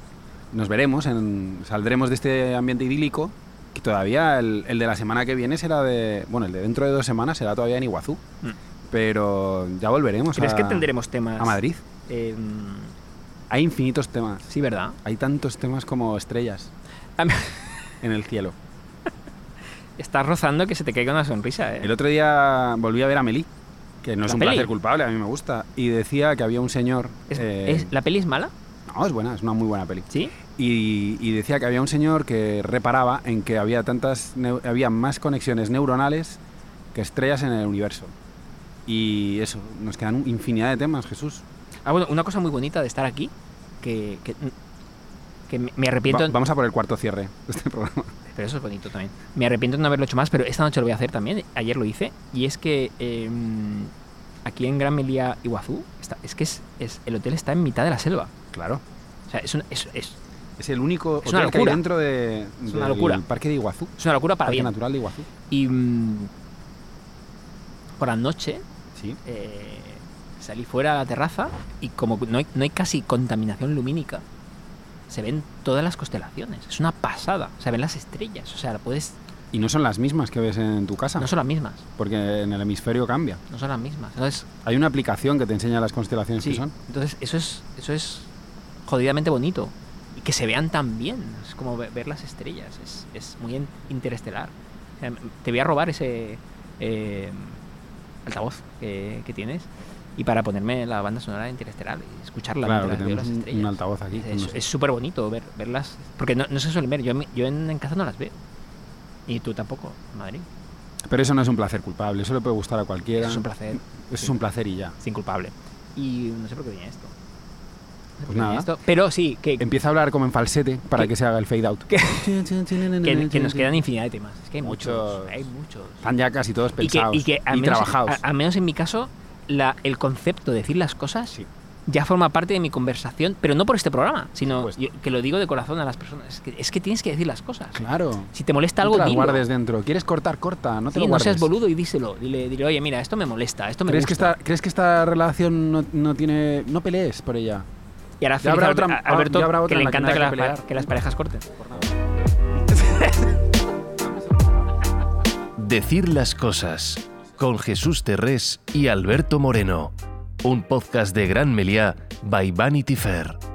[SPEAKER 2] Nos veremos, en- saldremos de este ambiente idílico. Que todavía el, el de la semana que viene será de. Bueno, el de dentro de dos semanas será todavía en Iguazú.
[SPEAKER 1] Mm.
[SPEAKER 2] Pero ya volveremos.
[SPEAKER 1] ¿Crees
[SPEAKER 2] a,
[SPEAKER 1] que tendremos temas?
[SPEAKER 2] A Madrid.
[SPEAKER 1] Em,
[SPEAKER 2] Hay infinitos temas.
[SPEAKER 1] sí, ¿verdad?
[SPEAKER 2] Hay tantos temas como estrellas
[SPEAKER 1] A mí-
[SPEAKER 2] en el cielo.
[SPEAKER 1] Estás rozando que se te caiga una sonrisa, ¿eh?
[SPEAKER 2] El otro día volví a ver a Meli, que no es
[SPEAKER 1] ¿La
[SPEAKER 2] un
[SPEAKER 1] peli?
[SPEAKER 2] placer culpable, a mí me gusta. Y decía que había un señor.
[SPEAKER 1] Es-
[SPEAKER 2] eh,
[SPEAKER 1] es- ¿La peli es mala?
[SPEAKER 2] No, es buena, es una muy buena peli.
[SPEAKER 1] ¿Sí?
[SPEAKER 2] y, y decía que había un señor que reparaba en que había tantas neu- había más conexiones neuronales que estrellas en el universo. Y eso, nos quedan un- infinidad de temas, Jesús.
[SPEAKER 1] Ah, bueno, una cosa muy bonita de estar aquí, que, que, que me me arrepiento...
[SPEAKER 2] Va- vamos a por el cuarto cierre de este programa.
[SPEAKER 1] Pero eso es bonito también. Me arrepiento de no haberlo hecho más, pero esta noche lo voy a hacer también. Ayer lo hice. Y es que eh, aquí en Gran Melia, Iguazú, está- es que es, es- el hotel está en mitad de la selva.
[SPEAKER 2] Claro.
[SPEAKER 1] O sea, es una, es, es-
[SPEAKER 2] Es el único
[SPEAKER 1] Es una
[SPEAKER 2] hotel que hay
[SPEAKER 1] locura.
[SPEAKER 2] dentro de,
[SPEAKER 1] Es una
[SPEAKER 2] del
[SPEAKER 1] locura.
[SPEAKER 2] Parque de Iguazú.
[SPEAKER 1] es una locura para
[SPEAKER 2] Parque
[SPEAKER 1] bien.
[SPEAKER 2] Natural de Iguazú.
[SPEAKER 1] Y mm, por la noche
[SPEAKER 2] Sí.
[SPEAKER 1] eh, Salí fuera a la terraza y como no hay, no hay casi contaminación lumínica, se ven todas las constelaciones. Es una pasada. Se ven las estrellas. O sea, la puedes.
[SPEAKER 2] Y no son las mismas que ves en tu casa,
[SPEAKER 1] No son las mismas.
[SPEAKER 2] porque en el hemisferio cambia.
[SPEAKER 1] No son las mismas. Entonces,
[SPEAKER 2] Hay una aplicación que te enseña las constelaciones
[SPEAKER 1] sí,
[SPEAKER 2] que son.
[SPEAKER 1] entonces eso es, eso es jodidamente bonito. Y que se vean tan bien. Es como ve- ver las estrellas. Es, es muy in- interestelar. O sea, te voy a robar ese eh, altavoz que, que tienes. Y para ponerme la banda sonora de Interestelar y escucharla
[SPEAKER 2] Claro, que
[SPEAKER 1] mientras veo
[SPEAKER 2] tenemos
[SPEAKER 1] las
[SPEAKER 2] un,
[SPEAKER 1] estrellas.
[SPEAKER 2] un altavoz aquí. con
[SPEAKER 1] Es-
[SPEAKER 2] nosotros.
[SPEAKER 1] Es súper bonito ver, verlas. Porque no, no se suelen ver. Yo, en mi- yo en, en casa no las veo. Y tú tampoco, en Madrid.
[SPEAKER 2] Pero eso no es un placer culpable, eso le puede gustar a cualquiera.
[SPEAKER 1] Eso es un placer
[SPEAKER 2] Eso es un placer y ya.
[SPEAKER 1] sin culpable. Y no sé por qué venía esto. No sé por
[SPEAKER 2] Pues
[SPEAKER 1] qué venía
[SPEAKER 2] nada. Em-
[SPEAKER 1] esto, Pero sí, que,
[SPEAKER 2] Empieza a hablar como en falsete para
[SPEAKER 1] ¿Qué?
[SPEAKER 2] que se haga el fade out.
[SPEAKER 1] que, que nos quedan infinidad de temas. Es que hay muchos.
[SPEAKER 2] Em- Muchos.
[SPEAKER 1] Hay muchos.
[SPEAKER 2] Están ya casi todos
[SPEAKER 1] Y que,
[SPEAKER 2] pensados
[SPEAKER 1] y que al menos,
[SPEAKER 2] trabajados.
[SPEAKER 1] a- al menos en mi caso, la, el concepto de decir las cosas
[SPEAKER 2] Sí.
[SPEAKER 1] ya forma parte de mi conversación, pero no por este programa, sino
[SPEAKER 2] supuesto.
[SPEAKER 1] yo- que lo digo de corazón a las personas. Es que, es que tienes que decir las cosas.
[SPEAKER 2] Claro.
[SPEAKER 1] Si te molesta
[SPEAKER 2] No
[SPEAKER 1] algo,
[SPEAKER 2] te las
[SPEAKER 1] dilo.
[SPEAKER 2] guardes dentro. ¿Quieres cortar? Corta, no te
[SPEAKER 1] Sí,
[SPEAKER 2] lo
[SPEAKER 1] no
[SPEAKER 2] guardes.
[SPEAKER 1] seas boludo y díselo. Dile, dile, oye, mira, esto me molesta, esto me
[SPEAKER 2] ¿Crees que,
[SPEAKER 1] gusta.
[SPEAKER 2] esta, ¿Crees que esta relación no, no tiene. No pelees por ella?
[SPEAKER 1] Y ahora
[SPEAKER 2] Ya
[SPEAKER 1] feliz
[SPEAKER 2] habrá
[SPEAKER 1] a-
[SPEAKER 2] otra-
[SPEAKER 1] a Alberto,
[SPEAKER 2] ya habrá otra
[SPEAKER 1] que le
[SPEAKER 2] en la que
[SPEAKER 1] encanta
[SPEAKER 2] no
[SPEAKER 1] que,
[SPEAKER 2] haya
[SPEAKER 1] las
[SPEAKER 2] que
[SPEAKER 1] pa-
[SPEAKER 2] pelear.
[SPEAKER 1] que las parejas corten.
[SPEAKER 3] Decir las cosas con Jesús Terrés y Alberto Moreno. Un podcast de Gran Meliá by Vanity Fair.